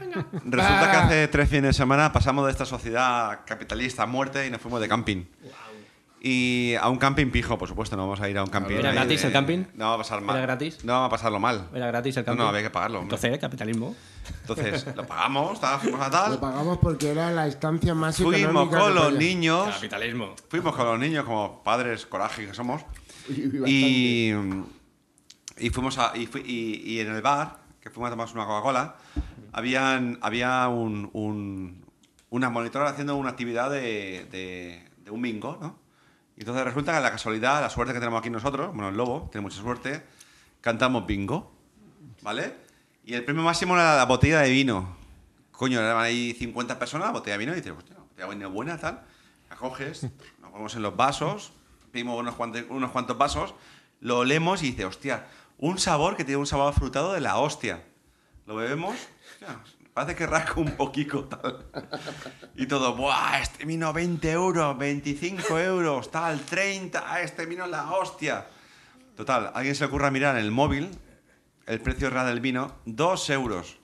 Resulta que hace tres fines de semana pasamos de esta sociedad capitalista a muerte y nos fuimos de camping. Y a un camping pijo, por supuesto, no vamos a ir a un camping. ¿Era ahí gratis de- el camping? No va a pasar mal. ¿Era gratis? No va a pasarlo mal. Era gratis el No, campo. no, había que pagarlo. hombre. Entonces, capitalismo. Entonces, lo pagamos, tal, fuimos a tal. Lo pagamos porque era la instancia más Fuimos económica que con los podía. niños. Capitalismo. Fuimos con los niños como padres coraje que somos. Y, Y, y fuimos a- y, fui- y- y en el bar, que fuimos a tomar una Coca-Cola, habían, había un, un, unas monitoras haciendo una actividad de, de- de un bingo, ¿no? Y entonces resulta que la casualidad, la suerte que tenemos aquí nosotros, bueno, el lobo tiene mucha suerte, cantamos bingo, ¿vale? Y el premio máximo era la botella de vino. Coño, eran ahí 50 personas, botella de vino, y dices, hostia, botella de vino buena, tal. La coges, nos ponemos en los vasos, pedimos unos cuantos, unos cuantos vasos, lo olemos y dices, hostia, un sabor que tiene un sabor afrutado de la hostia. Lo bebemos, hostia, parece que rasca un poquito, tal. Y todo, ¡buah! Este vino 20 euros, 25 euros, tal, 30, este vino es la hostia. Total, a alguien se le ocurra mirar en el móvil el precio real del vino, 2 euros.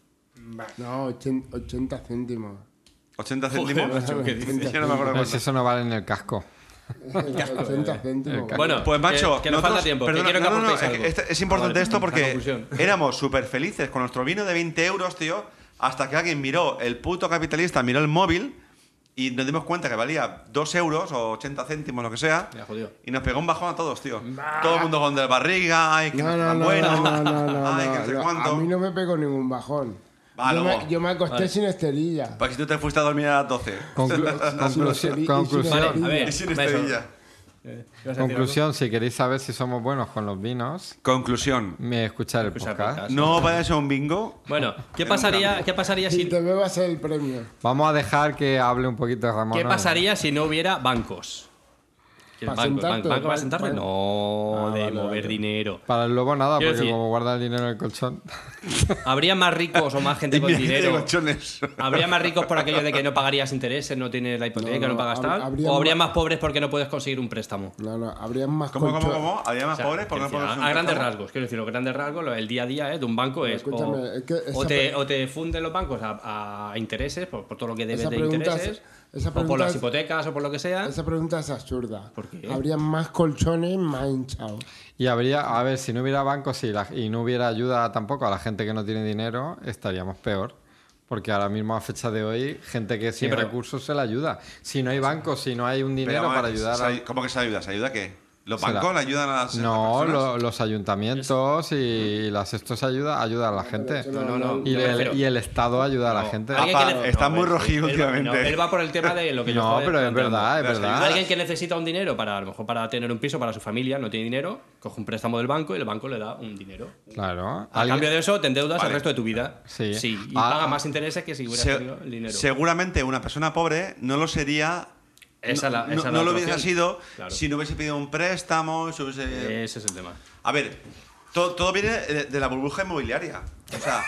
no, 80, 80 céntimos. 80 céntimos. macho, ¿qué Yo no me acuerdo Pero si cuánto. eso no vale en el casco. eh. 80 céntimos. Bueno, Pues macho, que, que nos nosotros- falta tiempo. que perdona, quiero que no, no, no, aportéis es, algo. que este- es importante Vale, esto la porque conclusión. éramos súper felices con nuestro vino de 20 euros, tío, hasta que alguien miró, el puto capitalista miró el móvil y nos dimos cuenta que valía 2 euros o 80 céntimos, lo que sea, Ya, jodido. y nos pegó un bajón a todos, tío. Todo el mundo con de barriga, ay, que No, no, no, está tan no, no, bueno, no, no, ay, no, que no sé no, cuánto. A mí no me pegó ningún bajón. Va, yo, me, loco. yo me acosté sin esterilla. Para que si tú te fuiste a dormir a las 12. Conclu- sin esteri- conclusión, y sin conclusión, Vale, a ver. Y sin Eso. estrella. Eh, ¿ibas a decir conclusión, si queréis saber si somos buenos con los vinos, Conclusión. me escuchar el Escuchar podcast. podcast. No vayas a un bingo. algo? Bueno, ¿qué Era un pasaría, cambio. ¿qué pasaría Si si te bebas el premio. Vamos a dejar que hable un poquito Ramón. ¿Qué ¿no? pasaría si no hubiera bancos? ¿Qué ¿Para banco, sentarte? banco, banco para Vale, sentarte? vale. Ah, No, de mover dinero. Para el lobo nada, Quiero porque decir- como guarda el dinero en el colchón. ¿Habría más ricos o más gente Y con mira que tengo dinero? colchones. ¿Habría más ricos por aquello de que no pagarías intereses, no tienes la hipoteca, No, no, no, pagas hab- tal? habría ¿O habría más- más pobres porque no puedes conseguir un préstamo? No, no, habrían más ¿Cómo, cómo, colcho- cómo? ¿Había más O sea, "Ah, pobres? ¿Por qué no quiero decir, pones a, un a grandes préstamo? rasgos, quiero decir, los grandes rasgos, lo- el día a día eh, de un banco es. escúchame, o, es que esa o te, pre- o te funden los bancos a, a intereses, por, por todo lo que debes Esa de pregunta es- intereses, esa o pregunta por las es- hipotecas o por lo que sea. Esa pregunta es absurda. ¿Por qué? Habrían más colchones más hinchados. Y habría, a ver, si no hubiera bancos y, la- y no hubiera ayuda tampoco a la gente que no tiene dinero, estaríamos peor. Porque ahora mismo a fecha de hoy, gente que sin pero- recursos se la ayuda. Si no hay bancos, si no hay un Pero dinero vamos, para ¿se- ayudar se a... ay- ¿Cómo que se ayuda? ¿Se ayuda qué? ¿Los Será. bancos le ayudan a las a No, las personas? lo- los ayuntamientos y las estos ayuda, ayudan a la gente. No, no, no, Y, no, el, pero- y el Estado ayuda a la No, gente. alguien Apa, que le- está no, muy él- rojillo él- últimamente. no, él va por el tema de lo que yo No, estaba pero es planteando. verdad, es Pero si verdad. Alguien que necesita un dinero para, a lo mejor, para tener un piso para su familia, no tiene dinero, coge un préstamo del banco y el banco le da un dinero. Claro. A Alguien- cambio de eso, te endeudas Vale. el resto de tu vida. Sí. Y Ah. paga más intereses que si hubieras Se- tenido el dinero. seguramente una persona pobre no lo sería. Esa no, la- no- esa la no lo otra hubiese opción. sido Claro. Eh, si no hubiese pedido un préstamo. si hubiese- Ese es el tema. A ver, todo, todo viene de, de la burbuja inmobiliaria. O sea,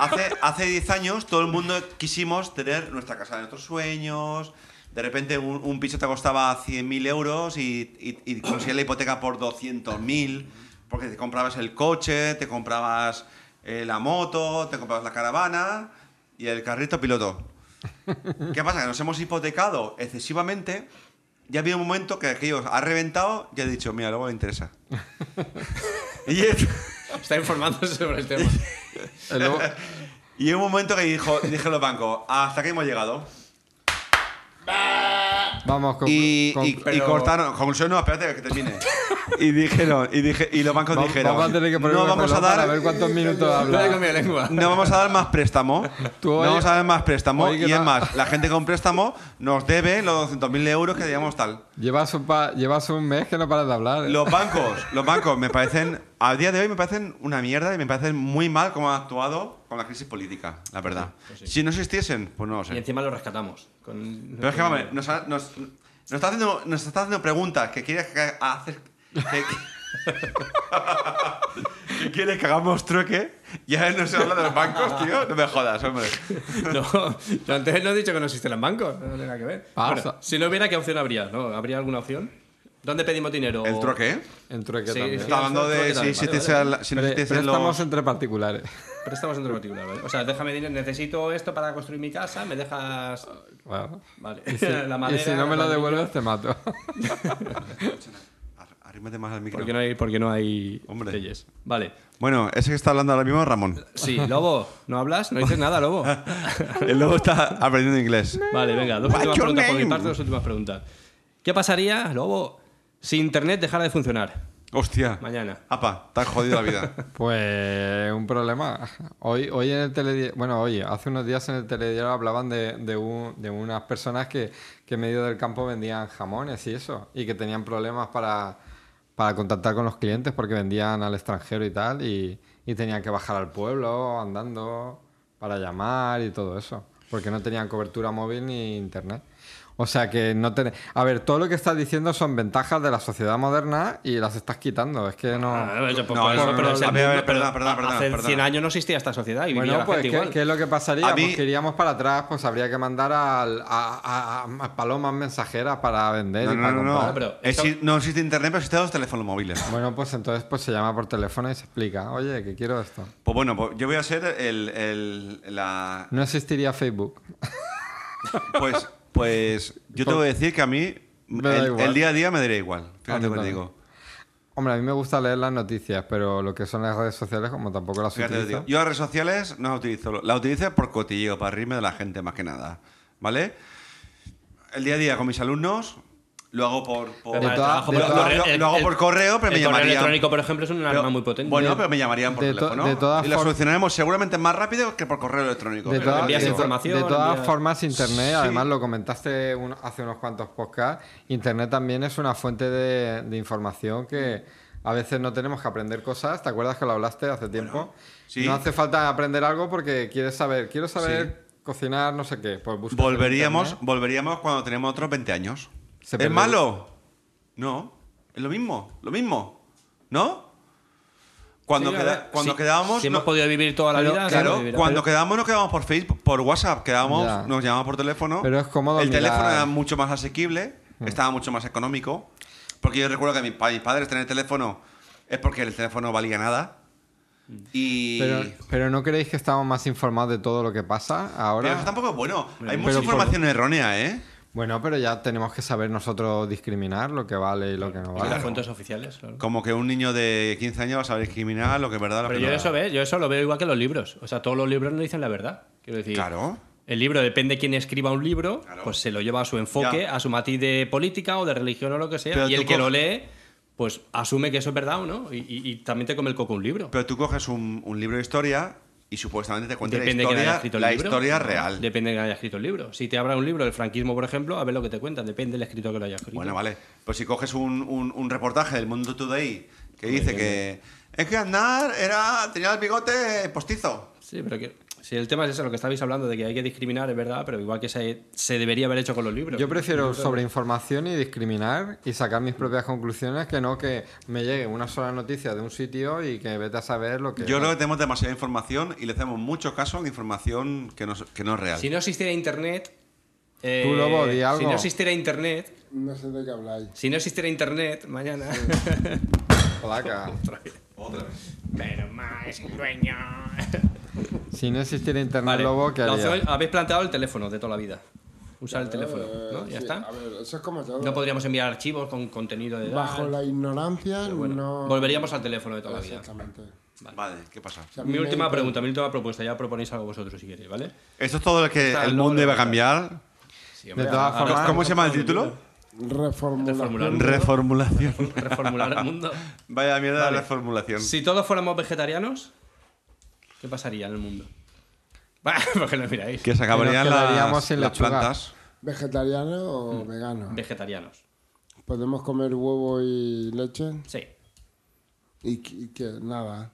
hace, hace 10 años todo el mundo quisimos tener nuestra casa de nuestros sueños. De repente un, un piso te costaba 100.000 euros y, y, y conseguías la hipoteca por 200.000 porque te comprabas el coche, te comprabas eh, la moto, te comprabas la caravana y el carrito piloto. ¿Qué pasa? Que nos hemos hipotecado excesivamente. Ya ha habido un momento que aquello ha reventado y ha dicho, mira, luego me interesa. y, es- Está informándose sobre el tema. el lobo- y hay un momento que dijo, dije a los bancos, hasta aquí hemos llegado. vamos, con, Y, con- y- y pero- cortaron, conclusión, no, espérate que termine. y dijeron, y, dije, y los bancos va- dijeron, vamos a tener que poner no un vamos a reloj para dar eh. ver cuántos minutos habla. con mi lengua. No vamos a dar más préstamo. Tú hoy- no vamos a dar más préstamo. hoy que Y es no- más, la gente con préstamo nos debe los 200.000 euros que debíamos tal. Llevas un, pa- llevas un mes que no paras de hablar. ¿eh? Los bancos, los bancos me parecen, a día de hoy me parecen una mierda y me parecen muy mal cómo han actuado con la crisis política, la verdad. Si no existiesen, pues no lo Y sé. encima lo rescatamos. con- Pero es que, vamos, nos, ha- nos, nos está, haciendo, nos está haciendo preguntas que quieres que ha- hacer... Que, que quieres que hagamos trueque y ahora no se habla de los bancos, tío. No me jodas, hombre. No, yo antes no he dicho que no existen bancos. No tiene nada que ver. Pasa. Bueno, si no hubiera, ¿qué opción habría? ¿No? ¿Habría alguna opción? ¿Dónde pedimos dinero? El trueque, ¿eh? En trueque Sí, también. sí. Está hablando de trueque si también, vale, existiese vale. la- si no Pre- existiesen préstamos los... entre particulares. Préstamos entre particulares, ¿vale? O sea, déjame dinero, necesito esto para construir mi casa, me dejas. Claro. Vale, Y si, la y madera. si no me lo la- devuelves, te mato. Ar- Arrímate más al micro. Porque no hay, porque no hay Hombre. leyes. Vale. Bueno, ese que está hablando ahora mismo es Ramón. Sí, Lobo, no hablas, no dices nada, Lobo. El lobo está aprendiendo inglés. Vale, venga, dos What's últimas your preguntas por mi name? parte, dos últimas preguntas. ¿Qué pasaría, Lobo, si Internet dejara de funcionar Hostia. mañana? Apa, te has jodido la vida. Pues un problema. Hoy, hoy en el telediario, bueno, hoy, hace unos días en el telediario hablaban de, de un- de unas personas que, que en medio del campo vendían jamones y eso, y que tenían problemas para, para contactar con los clientes porque vendían al extranjero y tal, y, y tenían que bajar al pueblo andando para llamar y todo eso, porque no tenían cobertura móvil ni internet. O sea que no ten... A ver, todo lo que estás diciendo son ventajas de la sociedad moderna y las estás quitando. Es que no... Ah, pues, pues, No, por no, eso, no, pero no, es no, el a ver, a ver, mundo, pero perdona, perdona, perdona, Hace perdona. 100 años no existía esta sociedad y vivía Bueno, la pues, gente ¿qué, igual. qué es lo que A pasaría? mí- Pues que iríamos para atrás, pues habría que mandar al- a, a- a palomas mensajeras para vender No, y para no, no. No, comprar. pero Exi- esto- no existe internet, pero existen los teléfonos móviles. Bueno, pues entonces pues se llama por teléfono y se explica, oye, que quiero esto. Pues bueno, pues yo voy a ser el. el- la, No existiría Facebook. pues, pues yo te voy a decir que a mí Me da el, igual. Ah, el día a día me daría igual. A Fíjate mí lo que te también. digo. Hombre, a mí me gusta leer las noticias, pero lo que son las redes sociales, como tampoco las Fíjate lo que te utilizo. digo. Yo las redes sociales no las utilizo. Las utilizo por cotilleo, para rirme de la gente más que nada. ¿Vale? El día a día con mis alumnos lo hago por. Pero por- para todas- el Oh, trabajo, lo, por de lo- todas- correo, lo- el- lo hago el- por correo, pero me el correo llamarían. electrónico, por ejemplo, es un arma Pero- muy potente. Bueno, pero me llamarían por de to- teléfono. de todas y la for- solucionaremos seguramente más rápido que por correo electrónico. De, Pero todas- te envías de digo. to- información, de todas envías- formas, Internet, Sí. además lo comentaste un- hace unos cuantos podcasts, Internet también es una fuente de, de información que a veces no tenemos que aprender cosas. ¿Te acuerdas que lo hablaste hace tiempo? sí. No hace falta aprender algo porque quieres saber, quiero saber cocinar, no sé qué. Pues buscas en Volveríamos, Internet. volveríamos cuando tenemos otros 20 años. Se ¿Es perder- malo? No. Es lo mismo, lo mismo. ¿No? Cuando, Sí, queda- a ver, cuando sí, quedábamos. Si hemos no- podido vivir toda la Pero, vida. claro, sí, vivirá. cuando Pero- quedábamos nos quedábamos por Facebook, por WhatsApp, quedábamos, Ya. nos llamábamos por teléfono. Pero es cómodo El mirar. Mm. teléfono era mucho más asequible, estaba mucho más económico. Porque yo recuerdo que mi, pa- mis padres tener teléfono es porque el teléfono valía nada. Mm. Y. Pero, pero no creéis que estamos más informados de todo lo que pasa ahora. Pero eso tampoco es bueno. Hay Pero mucha por- información errónea, ¿eh? Bueno, pero ya tenemos que saber nosotros discriminar lo que vale y lo que no y vale. las fuentes oficiales. claro. Como que un niño de 15 años va a saber discriminar lo que es verdad, lo Pero que yo no eso, ¿ves? yo eso lo veo igual que los libros. O sea, todos los libros no dicen la verdad. Quiero decir, Claro. el libro depende de quién escriba un libro, Claro. pues se lo lleva a su enfoque, Ya. a su matiz de política o de religión o lo que sea. Pero y tú el que coge- lo lee, pues asume que eso es verdad o no. Y, y- y también te come el coco un libro. Pero tú coges un, un libro de historia y supuestamente te cuenta la Depende de quién haya historia, escrito el la libro. historia real. Depende de quién haya escrito el libro. Si te abra un libro del franquismo, por ejemplo, a ver lo que te cuentan. Depende del escritor que lo haya escrito. Bueno, vale. Pues si coges un, un- un reportaje del Mundo Today que dice que es que Aznar era, tenía el bigote postizo. Sí, pero que. Si el tema es eso, lo que estabais hablando, de que hay que discriminar, es verdad, pero igual que se, se debería haber hecho con los libros. Yo prefiero sobreinformación y discriminar y sacar mis propias conclusiones que no que me llegue una sola noticia de un sitio y que vete a saber lo que. Yo creo que tenemos demasiada información y le hacemos mucho caso a la información que no, es- que no es real. Si no existiera internet. eh, Tú, Lobo, di algo. Si no existiera internet. No sé de qué habláis. Si no existiera internet, mañana. Placa. Otra vez. Pero más dueño. Si no existiera internet, Vale. lobo, ¿qué la haría? opción- habéis planteado el teléfono de toda la vida. Usar el teléfono, Eh, ¿no? Ya sí, está. A ver, eso es como todo. No podríamos enviar archivos con contenido de edad. Bajo la ignorancia Bueno, no... Volveríamos al teléfono de toda la vida. Exactamente. Vale. ¿qué pasa? O sea, a mí Mi me última entra- pregunta, mi última propuesta. Ya proponéis algo vosotros si queréis, ¿vale? Esto es todo lo que Está el el logo mundo de iba a la- cambiar. Sí, De hombre. todas formas, ¿Cómo se llama el título? Reformulación. Reformular. Reformulación. Reformular el mundo. Vaya mierda de Vale. reformulación. Si todos fuéramos vegetarianos, ¿qué pasaría en el mundo? Bah, Porque lo miráis. Que se acabarían Nos quedaríamos las, sin las lechuga. plantas. ¿Vegetariano Mm. o vegano? Vegetarianos. ¿Podemos comer huevo y leche? Sí, Y, que- y que nada,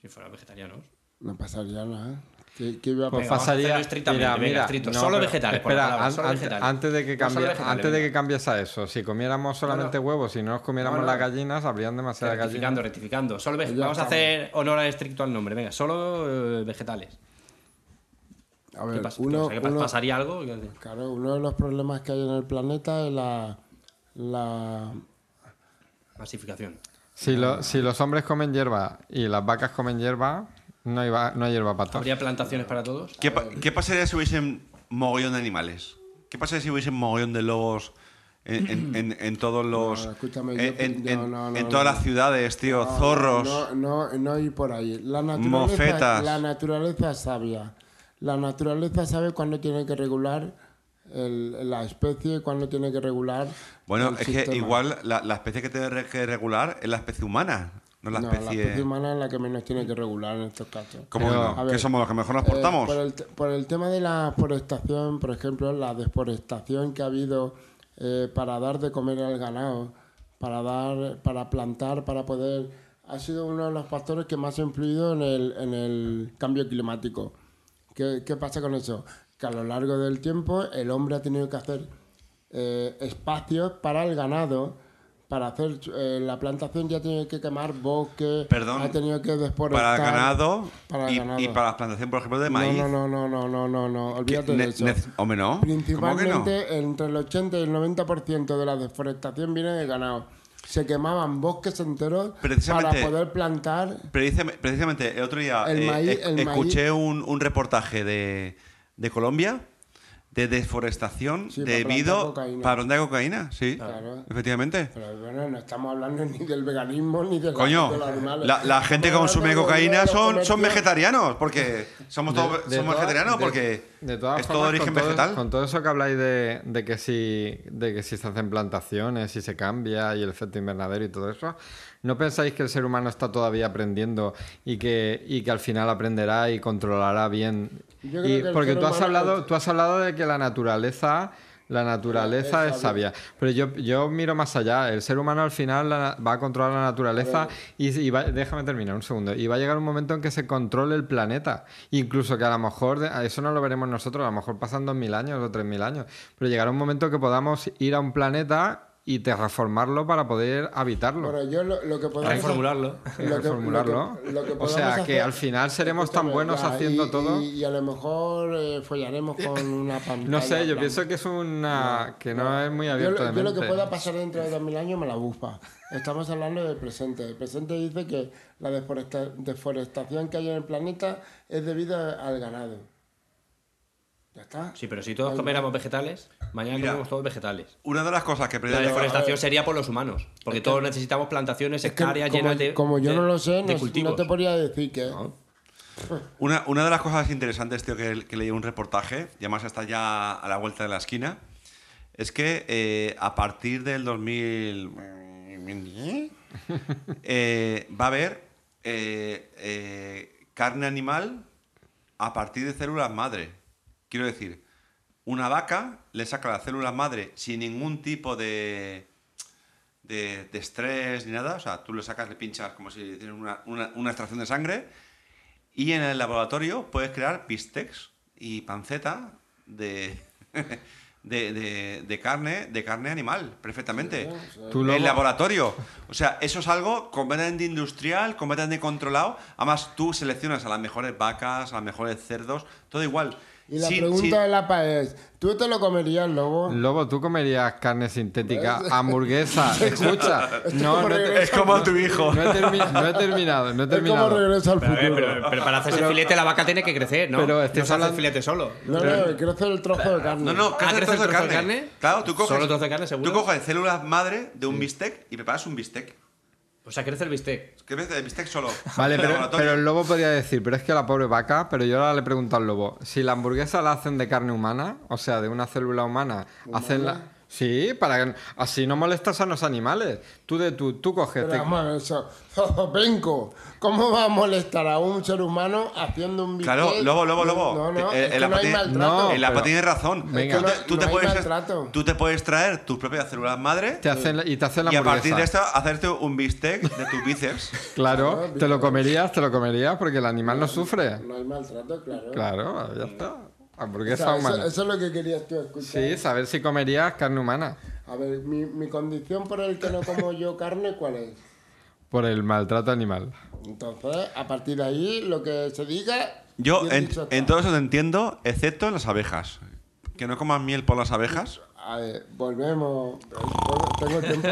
si fueran vegetarianos. no pasaría nada. ¿Qué, qué iba a pues Venga, pasar? vamos a hacerlo pasaría. estrictamente, mira, venga, mira, estricto, no, solo pero- vegetales, por la Espera, palabra, solo an- an- vegetales. antes de que No, solo cambie- vegetales, antes de venga. que cambies a eso, si comiéramos solamente huevos y no nos comiéramos No, no. las gallinas, habrían demasiadas gallinas. Rectificando, rectificando. Solo vege- Pues Ya Vamos a estamos. hacer honor al estricto al nombre. Venga, solo eh, vegetales. A ¿Qué ver, pasa? O uno, sea, ¿qué pas- uno- ¿Pasaría algo? Yo- claro, uno de los problemas que hay en el planeta es la, la Masificación. Si, lo- si los hombres comen hierba y las vacas comen hierba, no hay, va- no hay hierba para todos. ¿Habría plantaciones para todos? ¿Qué, pa- qué pasaría si hubiesen mogollón de animales? ¿Qué pasaría si hubiesen mogollón de lobos en, en- en- en todos los. No, escúchame, yo- en, en- no, en- no, no, en todas no. las ciudades, tío. No, zorros. No, no, no ir por ahí. La naturaleza, Mofetas. La naturaleza es sabia. La naturaleza sabe cuándo tiene que regular el- la especie y cuándo tiene que regular. Bueno, el es que sistema. igual la, la especie que tiene que regular es la especie humana, no la No, especie. humana es la que menos tiene que regular en estos casos. ¿Cómo que Pero, no? a ¿Que ver, somos los que mejor nos Eh, portamos? por, el, te- por el tema de la forestación, por ejemplo, la deforestación que ha habido eh, para dar de comer al ganado, para dar, para plantar, para poder, ha sido uno de los factores que más ha influido en el, en el cambio climático. ¿Qué, qué pasa con eso? Que a lo largo del tiempo el hombre ha tenido que hacer eh, espacios para el ganado. Para hacer eh, la plantación ya ha tenido que quemar bosque, Perdón, ha tenido que para deforestar. el ganado, para el y, ganado. y para la plantación, por ejemplo, de maíz. No, no, no, no, no, no, no, Que olvídate ne- de eso. nece- Hombre, no. ¿Cómo que no? Principalmente entre el 80 y el 90% de la deforestación viene de ganado. Se quemaban bosques enteros para Precisamente- poder plantar. Precisam- Precisamente, el otro día El eh, maíz- esc- el maíz- escuché un, un reportaje de, de Colombia de deforestación Sí, para debido plantar cocaína. para plantar cocaína, sí, Claro. efectivamente. Pero bueno, no estamos hablando ni del veganismo ni de, la- Coño, de los animales. la, la gente que Estamos consume hablando de cocaína los son, son comercios. vegetarianos, porque somos, todos De- de somos todas- vegetarianos, de- porque de todas es todo formas, de con origen todo- vegetal. Con todo eso que habláis de, de que si, de que si se hacen plantaciones, si se cambia y el efecto invernadero y todo eso, ¿no pensáis que el ser humano está todavía aprendiendo y que, y que al final aprenderá y controlará bien? Yo creo Y- que el porque ser tú has, humano- hablado, tú has hablado de que la naturaleza... La naturaleza Es es sabia. Pero yo, yo miro más allá. El ser humano al final la- va a controlar la naturaleza y, y va- déjame terminar un segundo. Y va a llegar un momento en que se controle el planeta. Incluso que a lo mejor, de- eso no lo veremos nosotros, a lo mejor pasan 2.000 años o 3.000 años. Pero llegará un momento que podamos ir a un planeta y terraformarlo para poder habitarlo. eh, Bueno, yo lo, lo que podemos... Reformularlo. lo que- reformularlo. lo que- lo que o podamos sea, que hacer- al final seremos tan Escúchame, buenos ya, haciendo y- todo. Y, y a lo mejor eh, follaremos con una pantalla. no sé, yo blanca. pienso que es una... que no, es muy Yo, abierto lo- de yo lo que mente. pueda pasar dentro de 2000 años me la buspa. Estamos hablando del presente. El presente dice que la deforesta- deforestación que hay en el planeta es debida al ganado. ¿Ya está? Sí, pero si todos comiéramos vegetales, mañana Mira. comemos todos vegetales. Una de las cosas que La precisamente- deforestación sería por los humanos, porque todos necesitamos plantaciones, Es que hectáreas como, llenas de. como yo de- no lo sé, de no, cultivos. no te podría decir que... No. Una, una de las cosas interesantes, tío, que, que leí en un reportaje, y además está ya a la vuelta de la esquina, es que eh, a partir del 2000... eh, va a haber eh, eh, carne animal a partir de células madre. Quiero decir, una vaca le saca las células madre sin ningún tipo de, de, de estrés ni nada. O sea, tú le sacas, le pinchas como si tienes una, una- una extracción de sangre. Y en el laboratorio puedes crear bistecs y panceta de, de, de- de carne, de carne animal, perfectamente. Tú En luego- el laboratorio. O sea, eso es algo completamente industrial, completamente controlado. Además, tú seleccionas a las mejores vacas, a los mejores cerdos, todo igual. Y la Sin- pregunta sin- de la PA es, ¿tú te lo comerías, lobo? Lobo, ¿tú comerías carne sintética, hamburguesa? Escucha, no, no, te- Es como tu hijo. no he, termi- no he terminado, no he Es como terminado. regresa al Pero, a ver, futuro. pero- pero para hacerse filete la vaca tiene que crecer, ¿no? Pero no estés se hace hablando- filete solo. No, no, crece el trozo de carne. No, no, ¿qué Ah, hace el ¿crece trozo de carne? Claro, tú coges. Solo trozo de carne, seguro. Tú coges células madre de un bistec y preparas un bistec. O sea, crece el bistec. ¿Qué ves de bistec solo? Vale, En el pero, laboratorio. pero el lobo podría decir, pero es que la pobre vaca, pero yo ahora le pregunto al lobo, si la hamburguesa la hacen de carne humana, o sea, de una célula humana, hacen la... Sí, para que así no molestas a los animales. Tú de tú, tú coges... Este Pero te- vamos a ver eso. Zozopenco, ¿cómo va a molestar a un ser humano haciendo un bistec? Claro, lobo, lobo, lobo. No, no, Eh, es eh, que la no hay pati- maltrato. No, En la pero- pata tiene razón. Venga. Tú te- tú, No te hay puedes, maltrato. tú te puedes traer tus propias células madre Te hacen, la- y te hacen la y a hamburguesa. partir de esto hacerte un bistec de tus bíceps. Ah, Claro, te lo comerías, te lo comerías, porque el animal no sufre. No hay maltrato, claro. Claro, ya está. O Hamburguesa sea, eso, humana. eso es lo que querías tú escuchar. Sí, saber si comerías carne humana. A ver, mi, mi condición por el que no como yo carne, ¿cuál es? Por el maltrato animal. Entonces, a partir de ahí, lo que se diga... Yo bien en, dicho está. en todo eso te entiendo, excepto en las abejas. Que no comas miel por las abejas. A ver, volvemos. Tengo tiempo.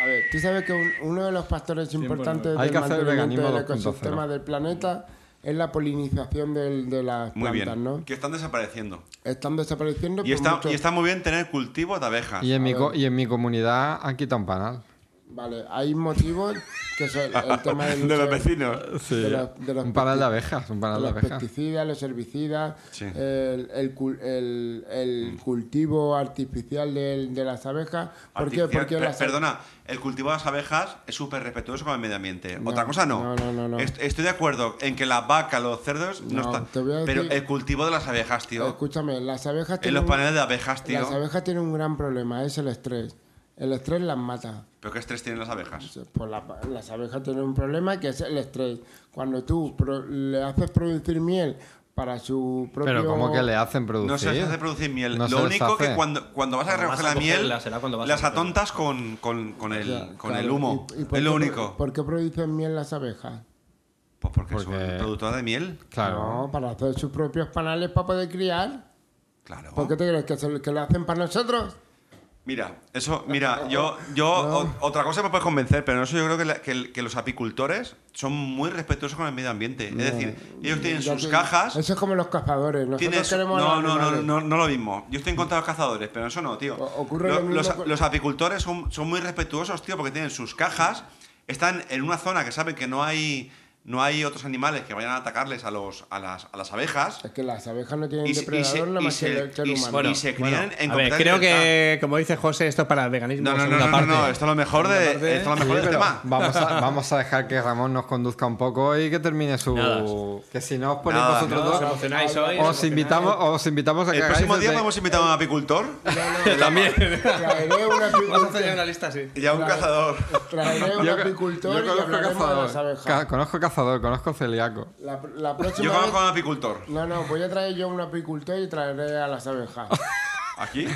A ver, tú sabes que un- uno de los pastores importantes Hay del que hacer el mantenimiento del veganismo 2.0. ecosistema del planeta es la polinización del- de las Muy plantas, bien. ¿no? Que están desapareciendo. Están desapareciendo por Y está, mucho- y está muy bien tener cultivo de abejas. Y en, mi, co- y en mi comunidad han quitado un panal. Vale, hay motivos que son el tema del de uso los vecinos. de los- de los Un panal de pesti- abejas, un panal de los abejas. pesticidas, los herbicidas, Sí. Mm. el, el cul- el- el cultivo artificial del- de, las abejas. ¿Por qué? Artificial. Porque Per- las- Perdona, el cultivo de las abejas es súper respetuoso con el medio ambiente. No, Otra cosa no. no, no, no, no. Est- estoy de acuerdo en que las vacas, los cerdos, No, no, están. te voy a Pero decir- el cultivo de las abejas, tío. Escúchame, las abejas En tienen los un- paneles de abejas, tío. Las abejas tienen un gran problema, es el estrés. El estrés las mata. ¿Pero qué estrés tienen las abejas? Pues la- las abejas tienen un problema que es el estrés. Cuando tú pro- le haces producir miel para su propio... Pero ¿cómo que le hacen producir? No se les hace producir miel. No se Lo les único hace. que cuando, cuando vas a Cuando vas recoger a la miel, cogerla, será cuando vas a las cogerla. atontas con, con, con el, Claro, con claro. el humo. ¿Y- y por es lo qué- único. ¿Por qué producen miel las abejas? pues porque, Porque- son productoras de miel. Claro. No, para hacer sus propios panales para poder criar. Claro. ¿Por qué te crees que, se- que lo hacen para nosotros? Mira, eso, mira, yo, yo o- otra cosa me puedes convencer, pero en eso yo creo que, la- que el- que los apicultores son muy respetuosos con el medio ambiente. Es decir, ellos tienen Ya sus te- cajas, Eso es como los cazadores. Nosotros Tienes- queremos a no, los no, no, animales. no, no lo mismo. Yo estoy en contra de los cazadores, pero eso no, tío. O- ocurre lo mismo los, con- los apicultores son, son muy respetuosos, tío, porque tienen sus cajas, están en una zona que saben que no hay, no hay otros animales que vayan a atacarles a, los, a, las, a las abejas. Es que las abejas no tienen Y se- y se- depredador nada y más que se- el ser y se- humano. bueno, Y se crían en a ver, completa creo libertad. que, como dice José, esto es para el veganismo. No, no, no, segunda no, no, parte. no, esto es lo mejor, de, Segunda parte. esto es lo mejor Sí, del pero tema. Vamos a, vamos a dejar que Ramón nos conduzca un poco y que termine su. Nada. Que si no os ponéis Nada, vosotros No, os dos, emocionáis hoy, os invitamos, os invitamos a que este El hagáis próximo el día de- podemos invitar a un apicultor También. Traeré un Vamos a hacer una apicultor, lista así. y a un Claro. cazador. traeré un Yo- apicultor yo y conozco hablaremos de las cazador. Ca- abejas. conozco cazador, conozco celíaco. La, la próxima Yo vez- conozco a un apicultor. No, no, voy a traer yo un apicultor y traeré a las abejas. Aquí.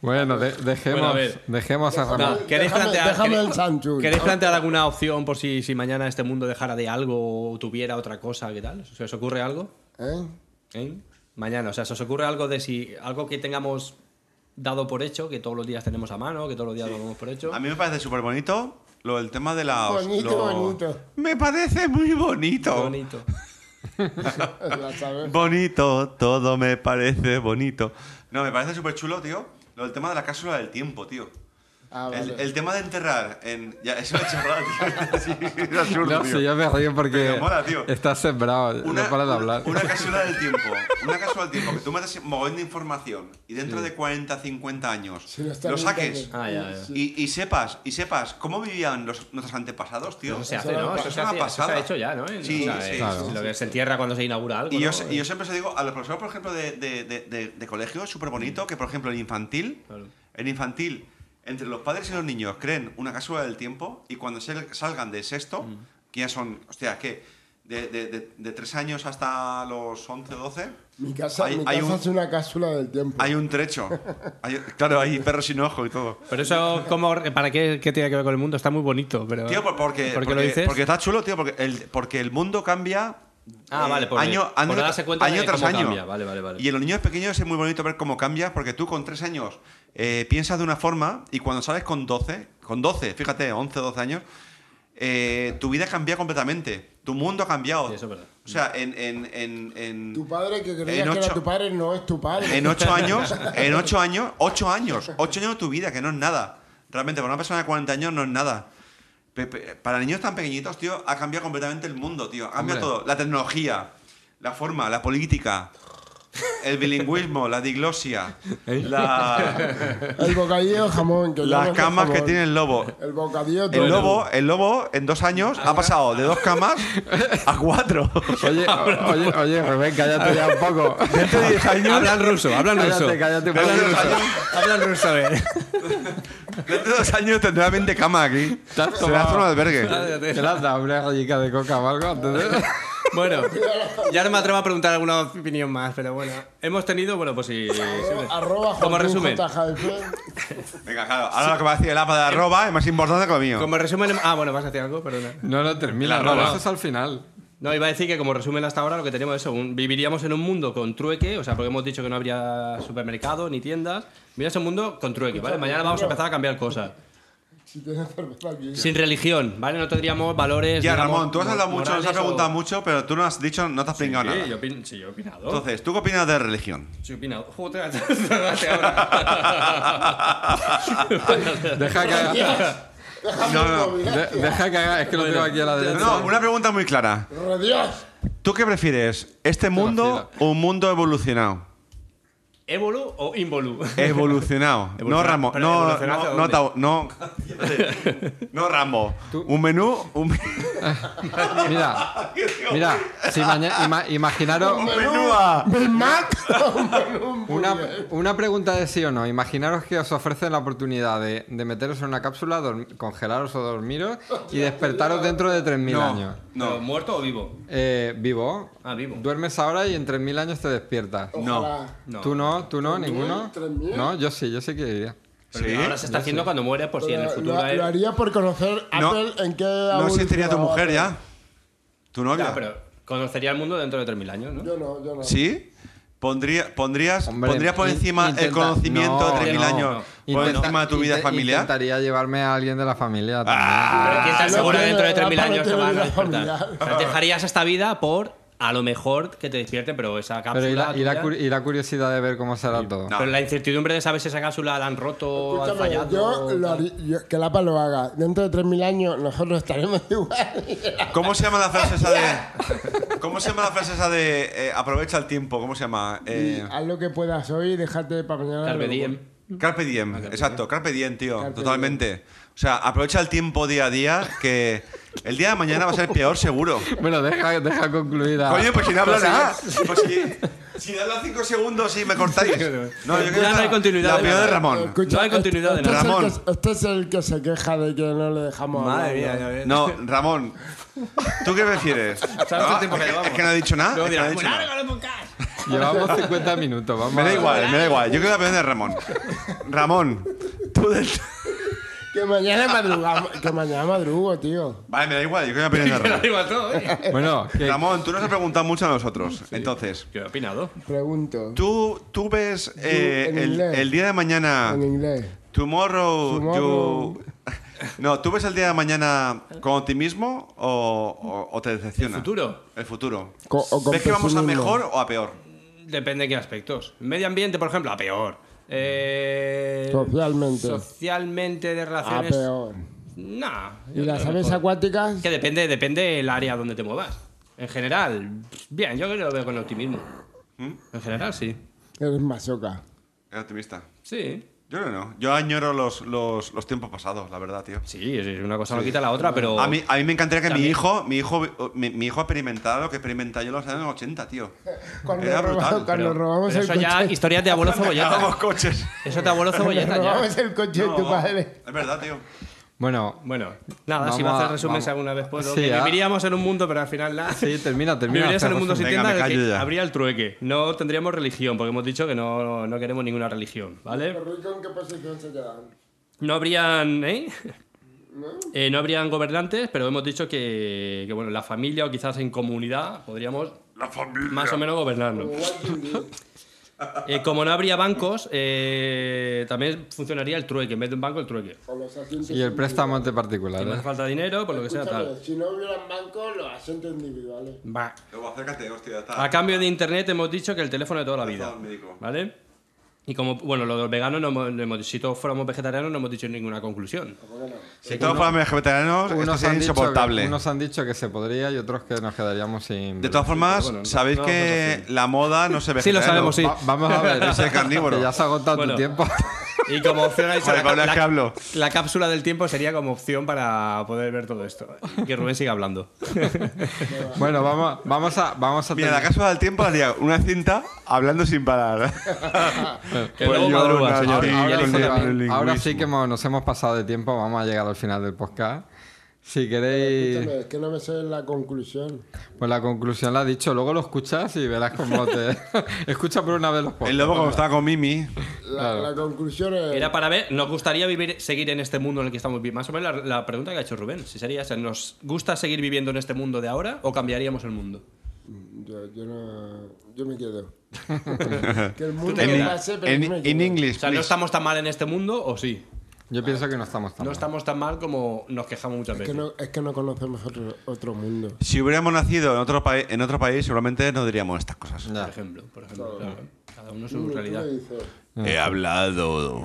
Bueno, de- dejemos, Bueno, a ver. dejemos a Ramón. No, ¿Queréis Déjame- plantear, déjame queréis- el chanchullo. ¿Queréis plantear alguna opción por si, si mañana este mundo dejara de algo o tuviera otra cosa? ¿Qué tal? ¿Se os ocurre algo? ¿Eh? ¿Eh? Mañana, o sea, ¿se os ocurre algo de si algo que tengamos dado por hecho, que todos los días tenemos a mano, que todos los días lo damos por hecho? A mí me parece súper bonito lo del tema de la... Bonito, bonito. Me parece muy bonito. bonito. Bonito. Las abejas. todo me parece bonito. No, me parece súper chulo, tío, lo del tema de la cápsula del tiempo, tío. Ah, el, vale. el tema de enterrar en... Ya, es una charrada, tío. Sí, sí, es absurdo, No, tío. si yo me río porque Pero mola, tío. estás sembrado, no para de hablar. una cápsula del tiempo. Una cápsula del tiempo. Que tú metes mogollón de información y dentro de 40, 50 años Si no está lo en saques internet. Ah, ya, ya. Sí. y, y sepaas y sepas cómo vivían los- nuestros antepasados, tío. Eso se Eso hace, era ¿no? una Eso se, pasada. hace- eso se ha hecho ya, ¿no? En- Sí, o sea, sí, es claro. Lo que se entierra cuando se inaugura algo. Y yo, ¿no? se- y yo siempre se digo a los profesores, por ejemplo, de, de, de- de- de colegio, es súper bonito que, por ejemplo, en infantil, Mm. Claro. en infantil, entre los padres y los niños creen una cápsula del tiempo y cuando se- salgan de sexto, Mm. que ya son, hostia, ¿qué? De, de, de- de tres años hasta los 11, 12, Mm. Mi casa, hay- mi hay casa un- es una cápsula del tiempo. hay un trecho. Hay- claro, hay perros sin ojo y todo. Pero eso, ¿cómo, ¿para qué, qué tiene que ver con el mundo? Está muy bonito, pero... Tío, por- ¿Por porque, qué porque, lo dices? porque está chulo, tío, porque el, porque el mundo cambia. Ah, eh, vale, por- año, por año- darse cuenta año de tras cómo año. cambia. Vale, vale, vale. Y en los niños pequeños es muy bonito ver cómo cambia, porque tú con tres años eh, piensas de una forma y cuando sales con 12, con 12, fíjate, 11, 12 años, eh, tu vida cambia completamente. Tu mundo ha cambiado. Sí, eso es verdad. O sea, en. en, en, en- Tu padre que creías en que era ocho- tu padre no es tu padre. en ocho años, en ocho años, ocho años, ocho años de tu vida, que no es nada. Realmente, para una persona de 40 años no es nada. Pe- pe- Para niños tan pequeñitos, tío, ha cambiado completamente el mundo, tío. Ha cambiado Hombre. todo. La tecnología, la forma, la política, el bilingüismo, la diglosia, la- El bocadillo de jamón. Que las llaman de camas que jamón. tiene el lobo. El bocadillo de El lobo, el lobo en dos años ha pasado de dos camas a cuatro. Oye, o- oye, oye, Rubén, cállate ya un poco. Dentro de 10 años... Hablan ruso, hablan ruso. Cállate, cállate un Dentro poco. de dos años, Hablan ruso, eh. a ver. dentro de dos años tendrá 20 camas aquí. Te has Se le hace un tomado- albergue. ¿Te le has dado una rayica de coca o algo antes de- Bueno, ya no me atrevo a preguntar alguna opinión más, pero bueno. Hemos tenido, bueno, pues sí. jamón. Arroba como Joaquín resumen. J. Jaime. Venga, claro. Ahora lo que va a decir el APA de arroba es más importante que lo mío. Como resumen. Ah, bueno, vas a hacer algo, perdona. No, no, termina, La no, roba. lo haces al final. No, iba a decir que como resumen hasta ahora lo que tenemos es eso, un- viviríamos en un mundo con trueque, o sea, porque hemos dicho que no habría supermercado ni tiendas, viviríamos en un mundo con trueque, ¿vale? Mañana vamos a empezar a cambiar cosas. Si tienes cerveza aquí. Sin religión, ¿vale? No tendríamos valores... Ya, digamos, Ramón, tú has hablado mucho, nos has morales preguntado o- mucho, pero tú no has dicho, no te has pringado Sí, nada. yo opin- sí, yo he opinado. Entonces, ¿tú qué opinas de religión? Sí, he opinado. Joder, te hace ahora. Deja que haga, Déjame No, no. morir. de- deja que haga, es que lo tengo aquí a la No, derecha. no, una pregunta muy clara. ¡Redios! ¿Tú qué prefieres? ¿Este mundo o un mundo evolucionado? ¿Évolu o involu? Evolucionado. No, Evolucionado, Ramón. pero No, ¿evolucionado hacia no, no, dónde? Tau- no. No, Rambo. Un menú, un Mira, mira, si maña- ima- imaginaros menú a... ¡Big Pues Mac! una, una pregunta de sí o no. Imaginaros que os ofrecen la oportunidad de, de meteros en una cápsula, dorm- congelaros o dormiros y despertaros dentro de 3.000 No, años. No. no. ¿Muerto o vivo? Eh, vivo. Ah, vivo. Duermes ahora y en 3.000 años te despiertas. No. Ojalá. No. ¿Tú no? ¿Tú no? ¿Ninguno? 3.000. No, yo sí, yo sí que iría. Pero ¿Sí? ahora se está haciendo cuando mueres, por si en el Lo- futuro... lo, hay- lo haría por conocer No. Apple en qué No existiría tu evolucionaba mujer Apple. ya. ¿Tu Ya, novia? pero conocería el mundo dentro de 3.000 años, ¿no? Yo no, yo no. ¿Sí? Pondría- pondrías, Hombre, pondrías por in- encima el intenta- conocimiento no, de 3.000 no. años, por Intenta- encima de tu vida inte- familiar. Ah, Intentaría llevarme a alguien de la familia también. Pero ¿quién te no asegura tiene- dentro de 3.000 Rafa no años que tiene van a vida despertar? familiar. O sea, dejarías esta vida por, a lo mejor, que te despierten, pero esa cápsula... Pero y la, y la tuya- cur- y la curiosidad de ver cómo será todo. No. Pero la incertidumbre de saber si esa cápsula la han roto, han Escúchame, fallado... yo, lo haría- yo- que Lapa lo haga. Dentro de 3.000 años nosotros estaremos igual. ¿Cómo se llama la frase esa de. ¿Cómo se llama la frase esa de. eh, aprovecha el tiempo? ¿Cómo se llama? Y Eh, haz lo que puedas hoy y déjate para mañana. Carpe lo- diem. Carpe diem, exacto, carpe diem, tío, Carpe totalmente. O sea, aprovecha el tiempo día a día que el día de mañana va a ser peor seguro. Bueno, deja, deja concluida. Coño, pues si no hablo nada. Pues si, si hablo cinco segundos y me cortáis. No, yo Ya creo que no hay la- continuidad La de peor de nada. Ramón. Escucha, No hay continuidad de este- este nada. es el que- este es el que se queja de que no le dejamos Madre mía, hablar, ¿no? ya ves. No, Ramón, ¿tú qué prefieres? ¿Sabes No, el tiempo que es llevamos? es que no ha dicho nada. Luego es que no ha dirás, dicho "Bueno, nada. Llevamos 50 minutos, vamos. Me a- da igual, me da igual. Yo quiero la opinión de Ramón. Ramón, tú del... Que mañana madrugamos. que mañana madrugo, tío. Vale, me da igual, yo quiero la opinión de Ramón. Digo a todo, ¿eh? Bueno, que- Ramón, tú nos has preguntado mucho a nosotros. Entonces, Yo he opinado. Pregunto. tú, tú ves eh, en el, inglés. el día de mañana. En inglés. Tomorrow, Tomorrow. you- No, ¿tú ves el día de mañana con optimismo o, o- o te decepciona? ¿El futuro? El futuro. Co- o con ¿Ves que vamos a pesimismo. mejor o a peor? Depende de qué aspectos. Medio ambiente, por ejemplo, a peor. Eh, Socialmente. Socialmente de Ah, relaciones. peor. Nah. ¿Y las sabes aves acuáticas? Que depende, depende el área donde te muevas. En general, bien, yo creo que lo veo con optimismo. ¿Mm? En general, sí. Eres masoca. Es optimista. Sí. Yo creo que no. Yo añoro los, los- los tiempos pasados, la verdad, tío. Sí, es- es una cosa no quita la otra, Oh. pero. A mí, a mí me encantaría que mi También. hijo, mi hijo, mi, mi hijo experimentara lo que experimenté yo en los años 80, tío. Cuando, Era roba- brutal. cuando pero- robamos pero el eso coche. ya, historias de abuelo Hagamos cebolleta. coches. Eso de abuelo cuando cebolleta ya. robamos el coche de tu padre. Es verdad, tío. bueno, Bueno, nada, Vamos si vas a hacer a- resúmenes vamos- alguna vez puedo. Sí, que ah. viviríamos en un mundo, pero al final nada. sí, termina, termina. Vivirías en hacer un mundo sin resumen. Venga, tiendas me en el callo que ya. habría el trueque. No tendríamos religión, porque hemos dicho que no, no queremos ninguna religión, ¿vale? Los ricos, ¿En qué posición se quedan? No habrían, ¿eh? Eh, no habrían gobernantes, pero hemos dicho que, que, bueno, la familia o quizás en comunidad podríamos más o menos gobernarnos. Eh, como no habría bancos, eh, también funcionaría el trueque. En vez de un banco, el trueque. O los asientos Y el préstamo ante Si no hace particular. ¿eh? falta dinero, por lo que sea, Escúchame, tal. Si no hubieran bancos, los asientos individuales. Va. Luego acércate, hostia, está. A cambio de internet hemos dicho que el teléfono de toda la vida. Al médico. ¿Vale? Y como, bueno, los veganos, no hemos- no hemos- si todos fuéramos vegetarianos, no hemos dicho ninguna conclusión. Si todos fuéramos vegetarianos, esto sería dicho que- insoportable. unos han dicho que se podría y otros que nos quedaríamos sin. De todas formas, bueno, no- sabéis no, que no, la moda no se ve. Sí, lo sabemos, sí. Va- vamos a ver. Es el carnívoro. Que ya se ha agotado Bueno. tu tiempo. Y como opción ha dicho Joder, Pablo, la, es que la- hablo. la cápsula del tiempo sería como opción para poder ver todo esto. Que Rubén siga hablando. bueno, vamos, vamos a, vamos a Mira, la terminar. cápsula del tiempo haría una cinta hablando sin parar. Que luego madruga, una señor. cinta Ahora, con sí, el ahora sí lingüismo. que hemos- nos hemos pasado de tiempo, vamos a llegar al final del podcast. Si queréis, Escúchame, es que no me sé la conclusión. pues la conclusión la ha dicho, luego lo escuchas y verás cómo te... Escucha por una vez los El podcasts. lobo, como estaba con Mimi, La, la conclusión es. Era para ver, ¿nos gustaría vivir, seguir en este mundo en el que estamos viviendo? Más o menos la, la pregunta que ha hecho Rubén. Si sería esa, ¿nos gusta seguir viviendo en este mundo de ahora o cambiaríamos el mundo? Yo, yo no. Yo me quedo. que el mundo te me quedas. pase, pero yo en me quedo. in O English. sea, ¿no please. estamos tan mal en este mundo o sí? Yo pienso que no estamos tan No mal. estamos tan mal como nos quejamos muchas Es que veces. no, es que no conocemos otro, otro mundo. Si hubiéramos nacido en otro, país, en otro país, seguramente no diríamos estas cosas. Por Ya. ejemplo, por ejemplo. claro. Cada uno su Tú realidad. me dices, He hablado.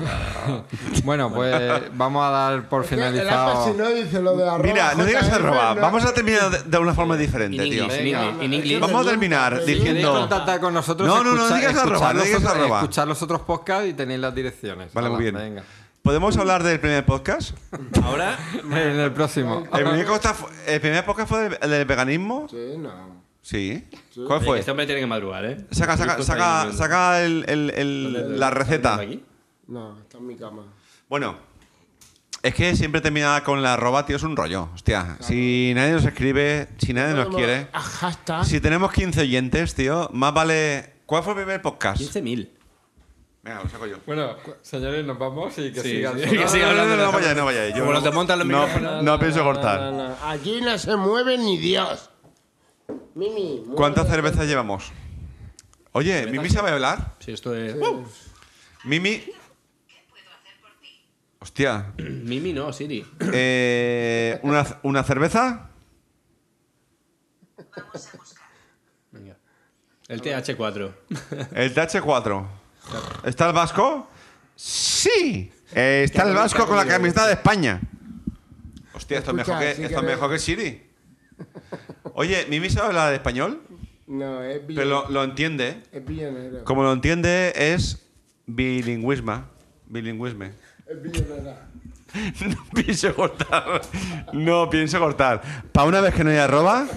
Bueno, pues vamos a dar por El APA, si finalizado... no dice lo de arroba. Mira, no digas JF, arroba. no- Vamos a terminar de, de una forma diferente, En tío. inglés, en Venga. inglés, en inglés. Vamos a terminar Si Queréis diciendo. contactar con nosotros, No, no, no digas escuchar arroba, no digas los otros- arroba. escuchar los otros podcasts y tenéis las direcciones. Vale, muy Hala, bien. venga. ¿Podemos hablar del primer podcast? Ahora, En el próximo. El primer, costa fu- el primer podcast fue del, el del veganismo. Sí, no. Sí. ¿Cuál eh, fue? este hombre tiene que madrugar, ¿eh? Saca, saca, Justo está ahí saca, durmiendo. saca el- el- el- la receta. ¿Aquí? No, está en mi cama. Bueno, es que siempre terminar con la arroba, tío, es un rollo. Hostia, si nadie nos escribe, si nadie nos Vamos quiere, a hashtag. Ah. si tenemos 15 oyentes, tío, más vale. ¿Cuál fue el primer podcast? 15.000. Venga, lo saco yo. Bueno, señores, nos vamos y que Sí, sigan. sí. sonando. Que siga no, no, hablando no, no de- vaya, no vaya. Yo Como no, los que montan los no, micrófonos. no pienso No, cortar. no, Aquí no se mueve ni Dios. Mimi. muévete. ¿Cuántas cervezas llevamos? Oye, ¿Mimi sabe hablar? Sí, esto es. Mimi. Hostia. Mimi no, Siri. Eh, ¿una, ¿Una cerveza? Vamos a buscar. Venga. El TH4. El TH4. ¿Está el vasco? Sí. Eh, está el vasco con la camiseta de España. Hostia, esto es mejor Escucha, que, si esto es quieres- mejor que Siri. Oye, Mimi sabe hablar español, No, es bien. pero lo, lo entiende. Es billenera. Como lo entiende, es bilingüisma. Bilingüisme. Es billenera. No pienso cortar. No pienso cortar. Para una vez que no hay arroba.